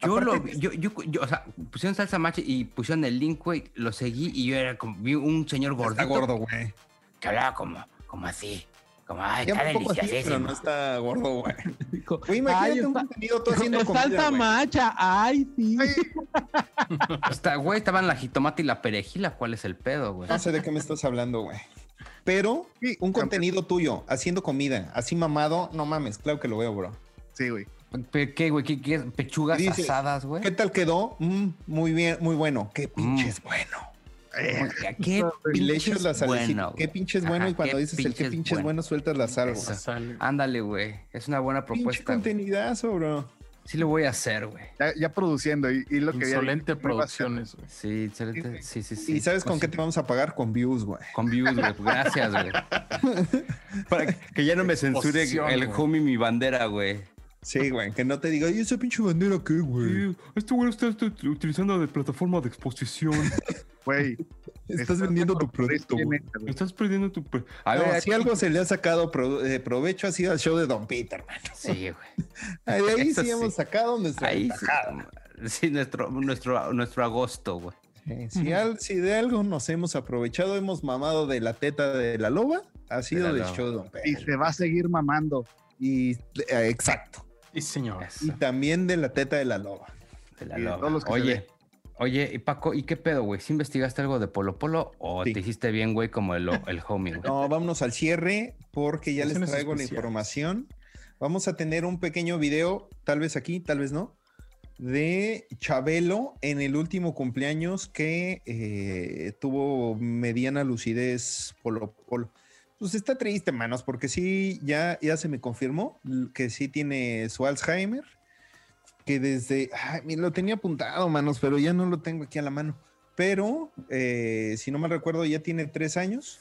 [SPEAKER 3] Yo
[SPEAKER 2] Aparte
[SPEAKER 3] lo
[SPEAKER 2] que-
[SPEAKER 3] yo, yo, yo, o sea, pusieron salsa macha y pusieron el link, güey, lo seguí y yo era como, vi un señor
[SPEAKER 2] Está
[SPEAKER 3] gordito
[SPEAKER 2] gordo, güey.
[SPEAKER 3] que hablaba como, como así, como, ay,
[SPEAKER 2] Ya
[SPEAKER 3] está
[SPEAKER 2] un poco así, pero
[SPEAKER 3] deliciosísimo.
[SPEAKER 2] no está gordo, güey.
[SPEAKER 4] Dijo,
[SPEAKER 2] Güey,
[SPEAKER 4] "Ay,
[SPEAKER 2] imagínate un
[SPEAKER 4] está-
[SPEAKER 2] contenido todo haciendo
[SPEAKER 4] es
[SPEAKER 2] comida,
[SPEAKER 4] salsa
[SPEAKER 2] güey.
[SPEAKER 4] macha, ay, sí.
[SPEAKER 5] Ay,
[SPEAKER 3] Está, güey, estaban la jitomate y la perejila, ¿cuál es el pedo, güey?
[SPEAKER 2] No sé de qué me estás hablando, güey. Pero
[SPEAKER 5] Sí,
[SPEAKER 2] un
[SPEAKER 5] campeón.
[SPEAKER 2] contenido tuyo, haciendo comida, así mamado, no mames, claro que lo veo, bro.
[SPEAKER 5] Sí, güey.
[SPEAKER 3] ¿Pe- ¿Qué, güey? ¿Qué, qué- pechugas
[SPEAKER 2] Dice,
[SPEAKER 3] asadas, güey?
[SPEAKER 2] ¿Qué tal quedó? Mm, muy bien, muy bueno. Qué pinches bueno.
[SPEAKER 5] Eh,
[SPEAKER 3] ¿Qué, Mm. qué
[SPEAKER 2] Y le
[SPEAKER 3] pinches
[SPEAKER 2] echas la salecita.
[SPEAKER 3] bueno,
[SPEAKER 2] qué
[SPEAKER 3] güey.
[SPEAKER 2] pinches
[SPEAKER 3] Ajá,
[SPEAKER 2] bueno. Y
[SPEAKER 3] qué
[SPEAKER 2] cuando dices el qué pinches bueno, sueltas la sal. güey.
[SPEAKER 3] Eso.
[SPEAKER 1] Ah, Sale.
[SPEAKER 3] Ándale, güey. Es una buena
[SPEAKER 2] Pinche
[SPEAKER 3] propuesta. güey.
[SPEAKER 2] contenidazo, bro.
[SPEAKER 3] Sí lo voy a hacer, güey.
[SPEAKER 5] ya, ya produciendo y, y lo que
[SPEAKER 1] Insolente producciones, güey.
[SPEAKER 3] Sí, excelente. Sí, sí, sí.
[SPEAKER 2] ¿Y sabes con
[SPEAKER 3] Así.
[SPEAKER 2] qué te vamos a pagar? Con views, güey.
[SPEAKER 3] Con views, güey. Gracias, güey.
[SPEAKER 6] Para que ya no me censure
[SPEAKER 1] Exposición,
[SPEAKER 6] el
[SPEAKER 1] güey.
[SPEAKER 3] Homie, mi bandera, güey.
[SPEAKER 2] Sí, güey. Que no te diga, ¿y esa pinche bandera qué, güey?
[SPEAKER 6] Este güey está está utilizando de plataforma de exposición.
[SPEAKER 5] Güey.
[SPEAKER 2] Estás vendiendo tu
[SPEAKER 3] pues,
[SPEAKER 2] producto, güey.
[SPEAKER 6] Estás perdiendo tu. pe-
[SPEAKER 3] A
[SPEAKER 2] No,
[SPEAKER 3] ver,
[SPEAKER 2] si algo se le ha sacado pro- de provecho ha sido al show de Don Peter, man.
[SPEAKER 3] Sí, güey.
[SPEAKER 2] Ahí, de ahí
[SPEAKER 3] Eso
[SPEAKER 2] sí,
[SPEAKER 3] sí.
[SPEAKER 2] hemos sacado nuestra
[SPEAKER 3] Ahí sí.
[SPEAKER 2] tajada.
[SPEAKER 3] Sí, nuestro, nuestro, nuestro agosto, güey.
[SPEAKER 2] Eh, si, al- si de algo nos hemos aprovechado, hemos mamado de la teta de la loba, ha sido
[SPEAKER 3] la
[SPEAKER 2] del
[SPEAKER 3] loba.
[SPEAKER 2] show de Don
[SPEAKER 5] Y
[SPEAKER 2] Pedro.
[SPEAKER 5] se va a seguir mamando.
[SPEAKER 2] Y, eh, exacto.
[SPEAKER 1] Sí, señor.
[SPEAKER 2] Y
[SPEAKER 3] Eso,
[SPEAKER 2] también de la teta de la loba.
[SPEAKER 3] de la
[SPEAKER 5] y de
[SPEAKER 3] loba.
[SPEAKER 5] todos los que se
[SPEAKER 3] Oye.
[SPEAKER 5] ve.
[SPEAKER 3] Oye, y Paco, ¿y qué pedo, güey? ¿Si investigaste algo de Polo Polo o
[SPEAKER 2] Sí.
[SPEAKER 3] te hiciste bien, güey, como el, el homie, güey?
[SPEAKER 2] No, vámonos al cierre porque ya les
[SPEAKER 1] Canciones
[SPEAKER 2] traigo la
[SPEAKER 1] especiales.
[SPEAKER 2] información. Vamos a tener un pequeño video, tal vez aquí, tal vez no, de Chabelo en el último cumpleaños que eh, tuvo mediana lucidez Polo Polo. Pues está triste, manos, porque sí, ya, ya se me confirmó que sí tiene su Alzheimer, que desde, ay, mira, lo tenía apuntado, manos, pero ya no lo tengo aquí a la mano. Pero, eh, si no mal recuerdo, ya tiene tres años,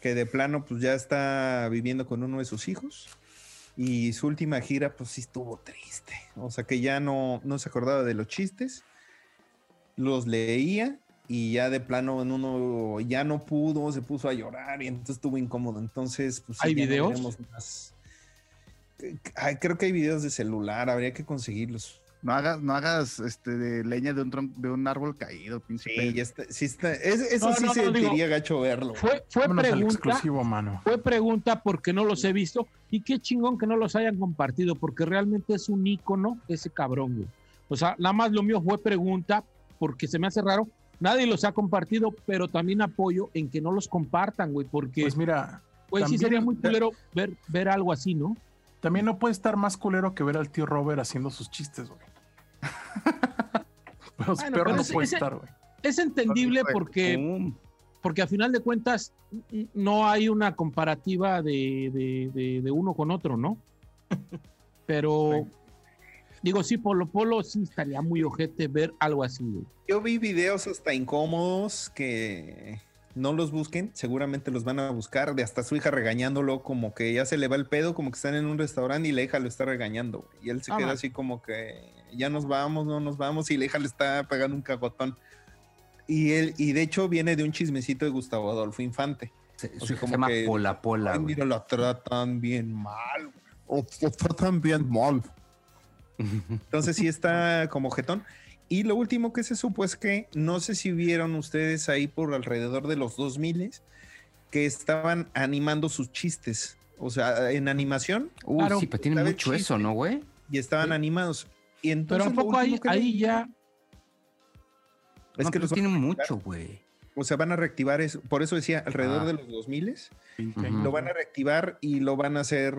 [SPEAKER 2] que de plano, pues ya está viviendo con uno de sus hijos. Y su última gira, pues sí estuvo triste. O sea que ya no, no se acordaba de los chistes. Los leía y ya de plano en uno ya no pudo, se puso a llorar y entonces estuvo incómodo. Entonces, pues sí,
[SPEAKER 4] ¿Hay
[SPEAKER 2] ya no
[SPEAKER 4] videos?
[SPEAKER 2] veremos más. Eh, ay, creo que hay videos de celular, habría que conseguirlos.
[SPEAKER 5] No hagas, no hagas este, de leña de un, tron- de un árbol caído, pinche.
[SPEAKER 2] Sí,
[SPEAKER 5] pedo.
[SPEAKER 2] ya está, sí está- es- eso
[SPEAKER 4] No,
[SPEAKER 2] sí
[SPEAKER 4] no,
[SPEAKER 2] se
[SPEAKER 4] no, digo-
[SPEAKER 2] quería gacho verlo.
[SPEAKER 4] Fue, fue
[SPEAKER 1] Vámonos al
[SPEAKER 4] pregunta,
[SPEAKER 1] exclusivo, mano.
[SPEAKER 4] fue pregunta porque no los he visto y qué chingón que no los hayan compartido porque realmente es un ícono ese cabrón, güey. O sea, nada más lo mío fue pregunta porque se me hace raro. Nadie los ha compartido, pero también apoyo en que no los compartan, güey, porque
[SPEAKER 1] Pues mira,
[SPEAKER 4] güey, sí
[SPEAKER 1] también-
[SPEAKER 4] sería muy culero ver, ver algo así, ¿no?
[SPEAKER 1] también no puede estar más culero que ver al tío Robert haciendo sus chistes, güey. Pero es
[SPEAKER 4] Bueno,
[SPEAKER 1] peor
[SPEAKER 4] pero
[SPEAKER 1] no
[SPEAKER 4] ese-
[SPEAKER 1] puede
[SPEAKER 4] ese-
[SPEAKER 1] estar, güey.
[SPEAKER 4] Es entendible porque
[SPEAKER 5] Pum.
[SPEAKER 4] porque a final de cuentas n- no hay una comparativa de, de- de- de uno con otro, ¿no? Pero digo, sí, Polo Polo sí estaría muy ojete ver algo así. güey.
[SPEAKER 2] Yo vi videos hasta incómodos que no los busquen, seguramente los van a buscar, de hasta su hija regañándolo, como que ya se le va el pedo, como que están en un restaurante y la hija lo está regañando. güey. Y él se
[SPEAKER 4] Ah,
[SPEAKER 2] queda
[SPEAKER 4] man.
[SPEAKER 2] así como que ya nos vamos, no nos vamos, y la hija le está pegando un cagotón. Y él, y de hecho viene de un chismecito de Gustavo Adolfo Infante.
[SPEAKER 3] Se,
[SPEAKER 2] O
[SPEAKER 3] su
[SPEAKER 2] sea,
[SPEAKER 3] hija se
[SPEAKER 2] como
[SPEAKER 3] llama
[SPEAKER 2] que-
[SPEAKER 3] Pola Pola,
[SPEAKER 2] Ay,
[SPEAKER 3] güey.
[SPEAKER 2] mira, la tratan bien mal. O, o tratan bien mal. Entonces sí está como jetón. Y lo último que se supo es que no sé si vieron ustedes ahí por alrededor de los 2000 que estaban animando sus chistes, o sea, en animación
[SPEAKER 3] Uy,
[SPEAKER 1] Claro,
[SPEAKER 3] sí, pero tiene
[SPEAKER 2] está de
[SPEAKER 3] mucho eso,
[SPEAKER 2] chiste.
[SPEAKER 3] ¿no, güey?
[SPEAKER 2] y estaban animados. Y
[SPEAKER 4] Pero
[SPEAKER 2] entonces
[SPEAKER 4] ¿a
[SPEAKER 2] lo
[SPEAKER 4] poco ahí,
[SPEAKER 2] último que
[SPEAKER 4] ahí
[SPEAKER 2] vi
[SPEAKER 4] ya?
[SPEAKER 2] es
[SPEAKER 3] no,
[SPEAKER 2] que
[SPEAKER 3] pero
[SPEAKER 2] los,
[SPEAKER 3] tiene mucho, güey.
[SPEAKER 2] o sea, van a reactivar eso, por eso decía alrededor
[SPEAKER 3] Ah.
[SPEAKER 2] de los 2000
[SPEAKER 3] Ujú.
[SPEAKER 2] lo van a reactivar y lo van a hacer,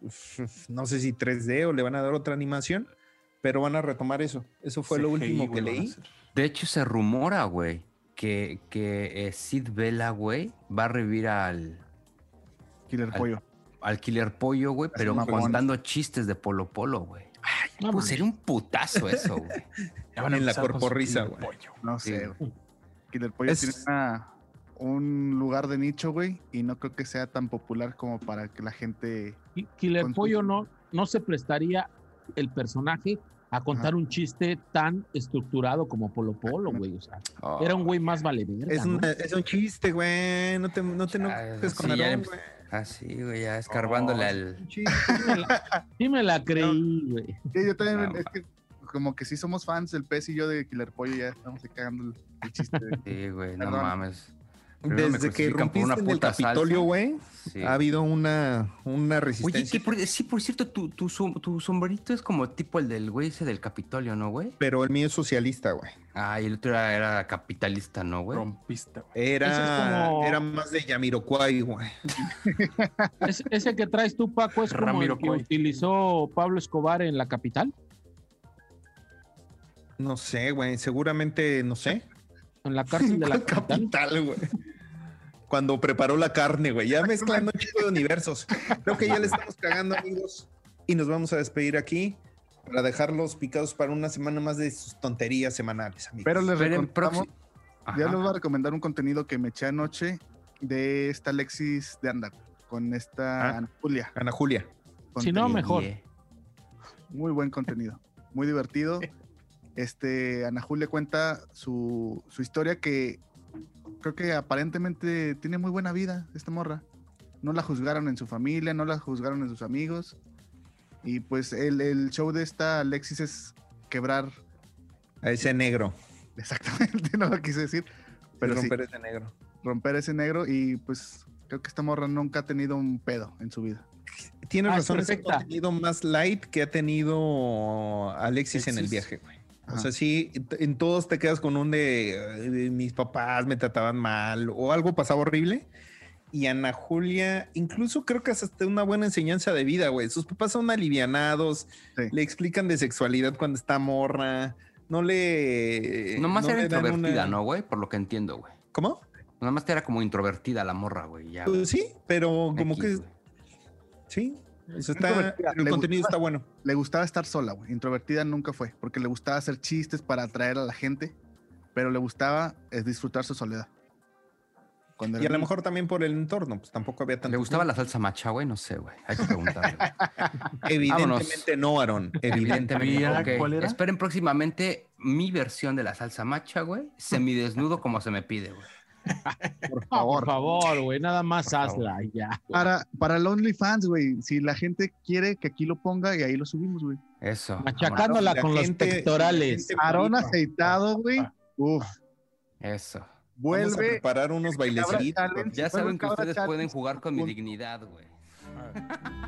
[SPEAKER 2] uf, no sé si 3D o le van a dar otra animación, pero van a retomar eso. Eso fue lo
[SPEAKER 1] CGI,
[SPEAKER 2] último que
[SPEAKER 1] güey, van a
[SPEAKER 2] leí.
[SPEAKER 1] hacer.
[SPEAKER 3] De hecho, se rumora, güey, que, que eh, Sid Vela, güey, va a revivir al,
[SPEAKER 5] Killer
[SPEAKER 3] Al-
[SPEAKER 5] pollo.
[SPEAKER 3] al Killer Pollo, güey, pero
[SPEAKER 5] mamón.
[SPEAKER 3] contando chistes de Polo Polo, güey. Ay, pues
[SPEAKER 4] No, mames.
[SPEAKER 3] sería un putazo eso, güey.
[SPEAKER 1] Ya van a
[SPEAKER 2] En la
[SPEAKER 1] empezar con su
[SPEAKER 2] corporrisa,
[SPEAKER 1] tío
[SPEAKER 2] güey.
[SPEAKER 1] pollo.
[SPEAKER 5] No
[SPEAKER 3] Sí,
[SPEAKER 5] sé,
[SPEAKER 3] güey.
[SPEAKER 5] güey. Killer Pollo
[SPEAKER 2] Es-
[SPEAKER 5] tiene una- un lugar de nicho, güey, y no creo que sea tan popular como para que la gente.
[SPEAKER 4] Ki- Killer
[SPEAKER 5] Con su-
[SPEAKER 4] Pollo no, no se prestaría el personaje a contar un chiste tan estructurado como Polo Polo, güey. O sea,
[SPEAKER 3] Oh,
[SPEAKER 4] era un güey más vale verga,
[SPEAKER 2] Ah, Es,
[SPEAKER 4] ¿no?
[SPEAKER 2] una- es un chiste, güey. No te, no te
[SPEAKER 3] Ya,
[SPEAKER 2] enojes con
[SPEAKER 3] Ah, sí, ya
[SPEAKER 2] Aarón,
[SPEAKER 3] empe-
[SPEAKER 2] güey.
[SPEAKER 3] Así, Ah, güey, ya escarbándole
[SPEAKER 2] No, es un
[SPEAKER 3] al.
[SPEAKER 2] chiste.
[SPEAKER 4] Sí me la- sí me la creí, güey.
[SPEAKER 5] Sí, yo también,
[SPEAKER 3] Ah,
[SPEAKER 5] es que como que sí somos fans, el pez y yo de Killer Pollo, ya estamos ahí cagando el, el chiste. güey.
[SPEAKER 3] Sí, güey, no
[SPEAKER 5] Perdón.
[SPEAKER 3] mames. Primero me
[SPEAKER 2] Desde que
[SPEAKER 3] crucifican por
[SPEAKER 2] rompiste
[SPEAKER 3] una
[SPEAKER 2] en el
[SPEAKER 3] puta salsa.
[SPEAKER 2] Capitolio, güey,
[SPEAKER 3] Sí.
[SPEAKER 2] ha habido una, una
[SPEAKER 3] Oye,
[SPEAKER 2] resistencia.
[SPEAKER 3] que por- sí, por cierto, tu, tu, som- tu sombrerito es como tipo el del güey ese del Capitolio, ¿no, güey?
[SPEAKER 2] Pero el mío es socialista, güey.
[SPEAKER 3] Ah, y el otro era, era capitalista, ¿no, güey?
[SPEAKER 1] Rompiste, güey.
[SPEAKER 2] Era,
[SPEAKER 4] como-
[SPEAKER 2] era más de Yamiroquai, güey.
[SPEAKER 4] Ese- ese que traes tú, Paco, es como
[SPEAKER 1] Ramiro
[SPEAKER 4] el que
[SPEAKER 1] Cuey.
[SPEAKER 4] utilizó Pablo Escobar en la capital,
[SPEAKER 2] No sé, güey. Seguramente, no sé.
[SPEAKER 4] en la cárcel de la
[SPEAKER 2] ¿Cuál
[SPEAKER 4] capital.
[SPEAKER 2] capital, güey? Cuando preparó la carne, güey. Ya mezclando un chico de universos. Creo que ya le estamos cagando, amigos. Y nos vamos a despedir aquí para dejarlos picados para una semana más de sus tonterías semanales, amigos.
[SPEAKER 5] Pero les
[SPEAKER 3] Pero en
[SPEAKER 5] recomendamos,
[SPEAKER 3] próximo-
[SPEAKER 5] ya
[SPEAKER 3] Ajá.
[SPEAKER 5] les voy a recomendar un contenido que me eché anoche de esta Alexis de Anda, con esta
[SPEAKER 2] Ah.
[SPEAKER 5] Ana Julia.
[SPEAKER 2] Ana Julia.
[SPEAKER 4] Si no,
[SPEAKER 5] Contenido.
[SPEAKER 4] mejor.
[SPEAKER 2] eh,
[SPEAKER 3] Yeah.
[SPEAKER 5] Muy buen contenido, muy divertido. Este, Ana Julia cuenta su, su historia que creo que aparentemente tiene muy buena vida esta morra. No la juzgaron en su familia, no la juzgaron en sus amigos. Y pues el, el show de esta Alexis es quebrar,
[SPEAKER 2] A ese negro.
[SPEAKER 5] exactamente, no lo quise decir, pero sí,
[SPEAKER 2] romper ese negro.
[SPEAKER 5] romper ese negro y pues creo que esta morra nunca ha tenido un pedo en su vida.
[SPEAKER 2] Tienes
[SPEAKER 4] Ah,
[SPEAKER 2] razón, es el
[SPEAKER 4] perfecta.
[SPEAKER 2] contenido más light que ha tenido Alexis en el
[SPEAKER 1] Alexis.
[SPEAKER 2] viaje, güey. O
[SPEAKER 5] Ajá.
[SPEAKER 2] sea, sí, en todos te quedas con un de "Ay, mis papás me trataban mal o algo pasaba horrible. Y Ana Julia, incluso creo que es hasta una buena enseñanza de vida, güey. Sus papás son alivianados,
[SPEAKER 5] Sí.
[SPEAKER 2] le explican de sexualidad cuando está morra, no le.
[SPEAKER 3] Nomás
[SPEAKER 2] no
[SPEAKER 3] era
[SPEAKER 2] le dan
[SPEAKER 3] introvertida,
[SPEAKER 2] una-
[SPEAKER 3] ¿no, güey? Por lo que entiendo, güey.
[SPEAKER 2] ¿Cómo?
[SPEAKER 3] Nomás era como introvertida la morra, güey. Ya,
[SPEAKER 2] Pues sí, pero como
[SPEAKER 3] X,
[SPEAKER 2] que
[SPEAKER 3] güey.
[SPEAKER 2] sí. o sea, está,
[SPEAKER 5] introvertida,
[SPEAKER 2] el
[SPEAKER 5] le
[SPEAKER 2] contenido
[SPEAKER 5] gustaba.
[SPEAKER 2] está bueno.
[SPEAKER 5] le gustaba estar sola, güey. Introvertida nunca fue, porque le gustaba hacer chistes para atraer a la gente, pero le gustaba eh, disfrutar su soledad. Cuando
[SPEAKER 2] Y
[SPEAKER 5] era
[SPEAKER 2] a lo
[SPEAKER 5] niño.
[SPEAKER 2] mejor también por el entorno, pues tampoco había tanto.
[SPEAKER 3] ¿Le gustaba la salsa macha, güey? No sé, güey. Hay que preguntarle. güey.
[SPEAKER 2] Evidentemente no, Aaron. Evidentemente.
[SPEAKER 1] Mira,
[SPEAKER 3] Evidentemente. ok.
[SPEAKER 1] ¿cuál era?
[SPEAKER 3] Esperen próximamente mi versión de la salsa macha, güey. Semidesnudo como se me pide, güey.
[SPEAKER 5] por
[SPEAKER 4] Ah, por
[SPEAKER 5] favor.
[SPEAKER 4] favor, güey, nada más
[SPEAKER 3] Por favor.
[SPEAKER 4] hazla y ya.
[SPEAKER 5] Para, para el OnlyFans, güey. Si la gente quiere que aquí lo ponga y ahí lo subimos, güey.
[SPEAKER 3] Eso.
[SPEAKER 4] Machacando.
[SPEAKER 3] amado,
[SPEAKER 4] Dándola con los pectorales.
[SPEAKER 5] Aarón
[SPEAKER 2] Arona
[SPEAKER 5] aceitado, güey. Uf,
[SPEAKER 3] Eso.
[SPEAKER 2] Vuelve. a
[SPEAKER 5] vuelve.
[SPEAKER 2] preparar unos
[SPEAKER 5] Cabra
[SPEAKER 2] bailecitos.
[SPEAKER 5] Challenge.
[SPEAKER 2] papi.
[SPEAKER 3] Ya
[SPEAKER 5] Bueno,
[SPEAKER 3] saben que
[SPEAKER 5] cabra
[SPEAKER 3] ustedes
[SPEAKER 5] chat,
[SPEAKER 3] pueden jugar con mi
[SPEAKER 5] un-
[SPEAKER 3] dignidad, güey.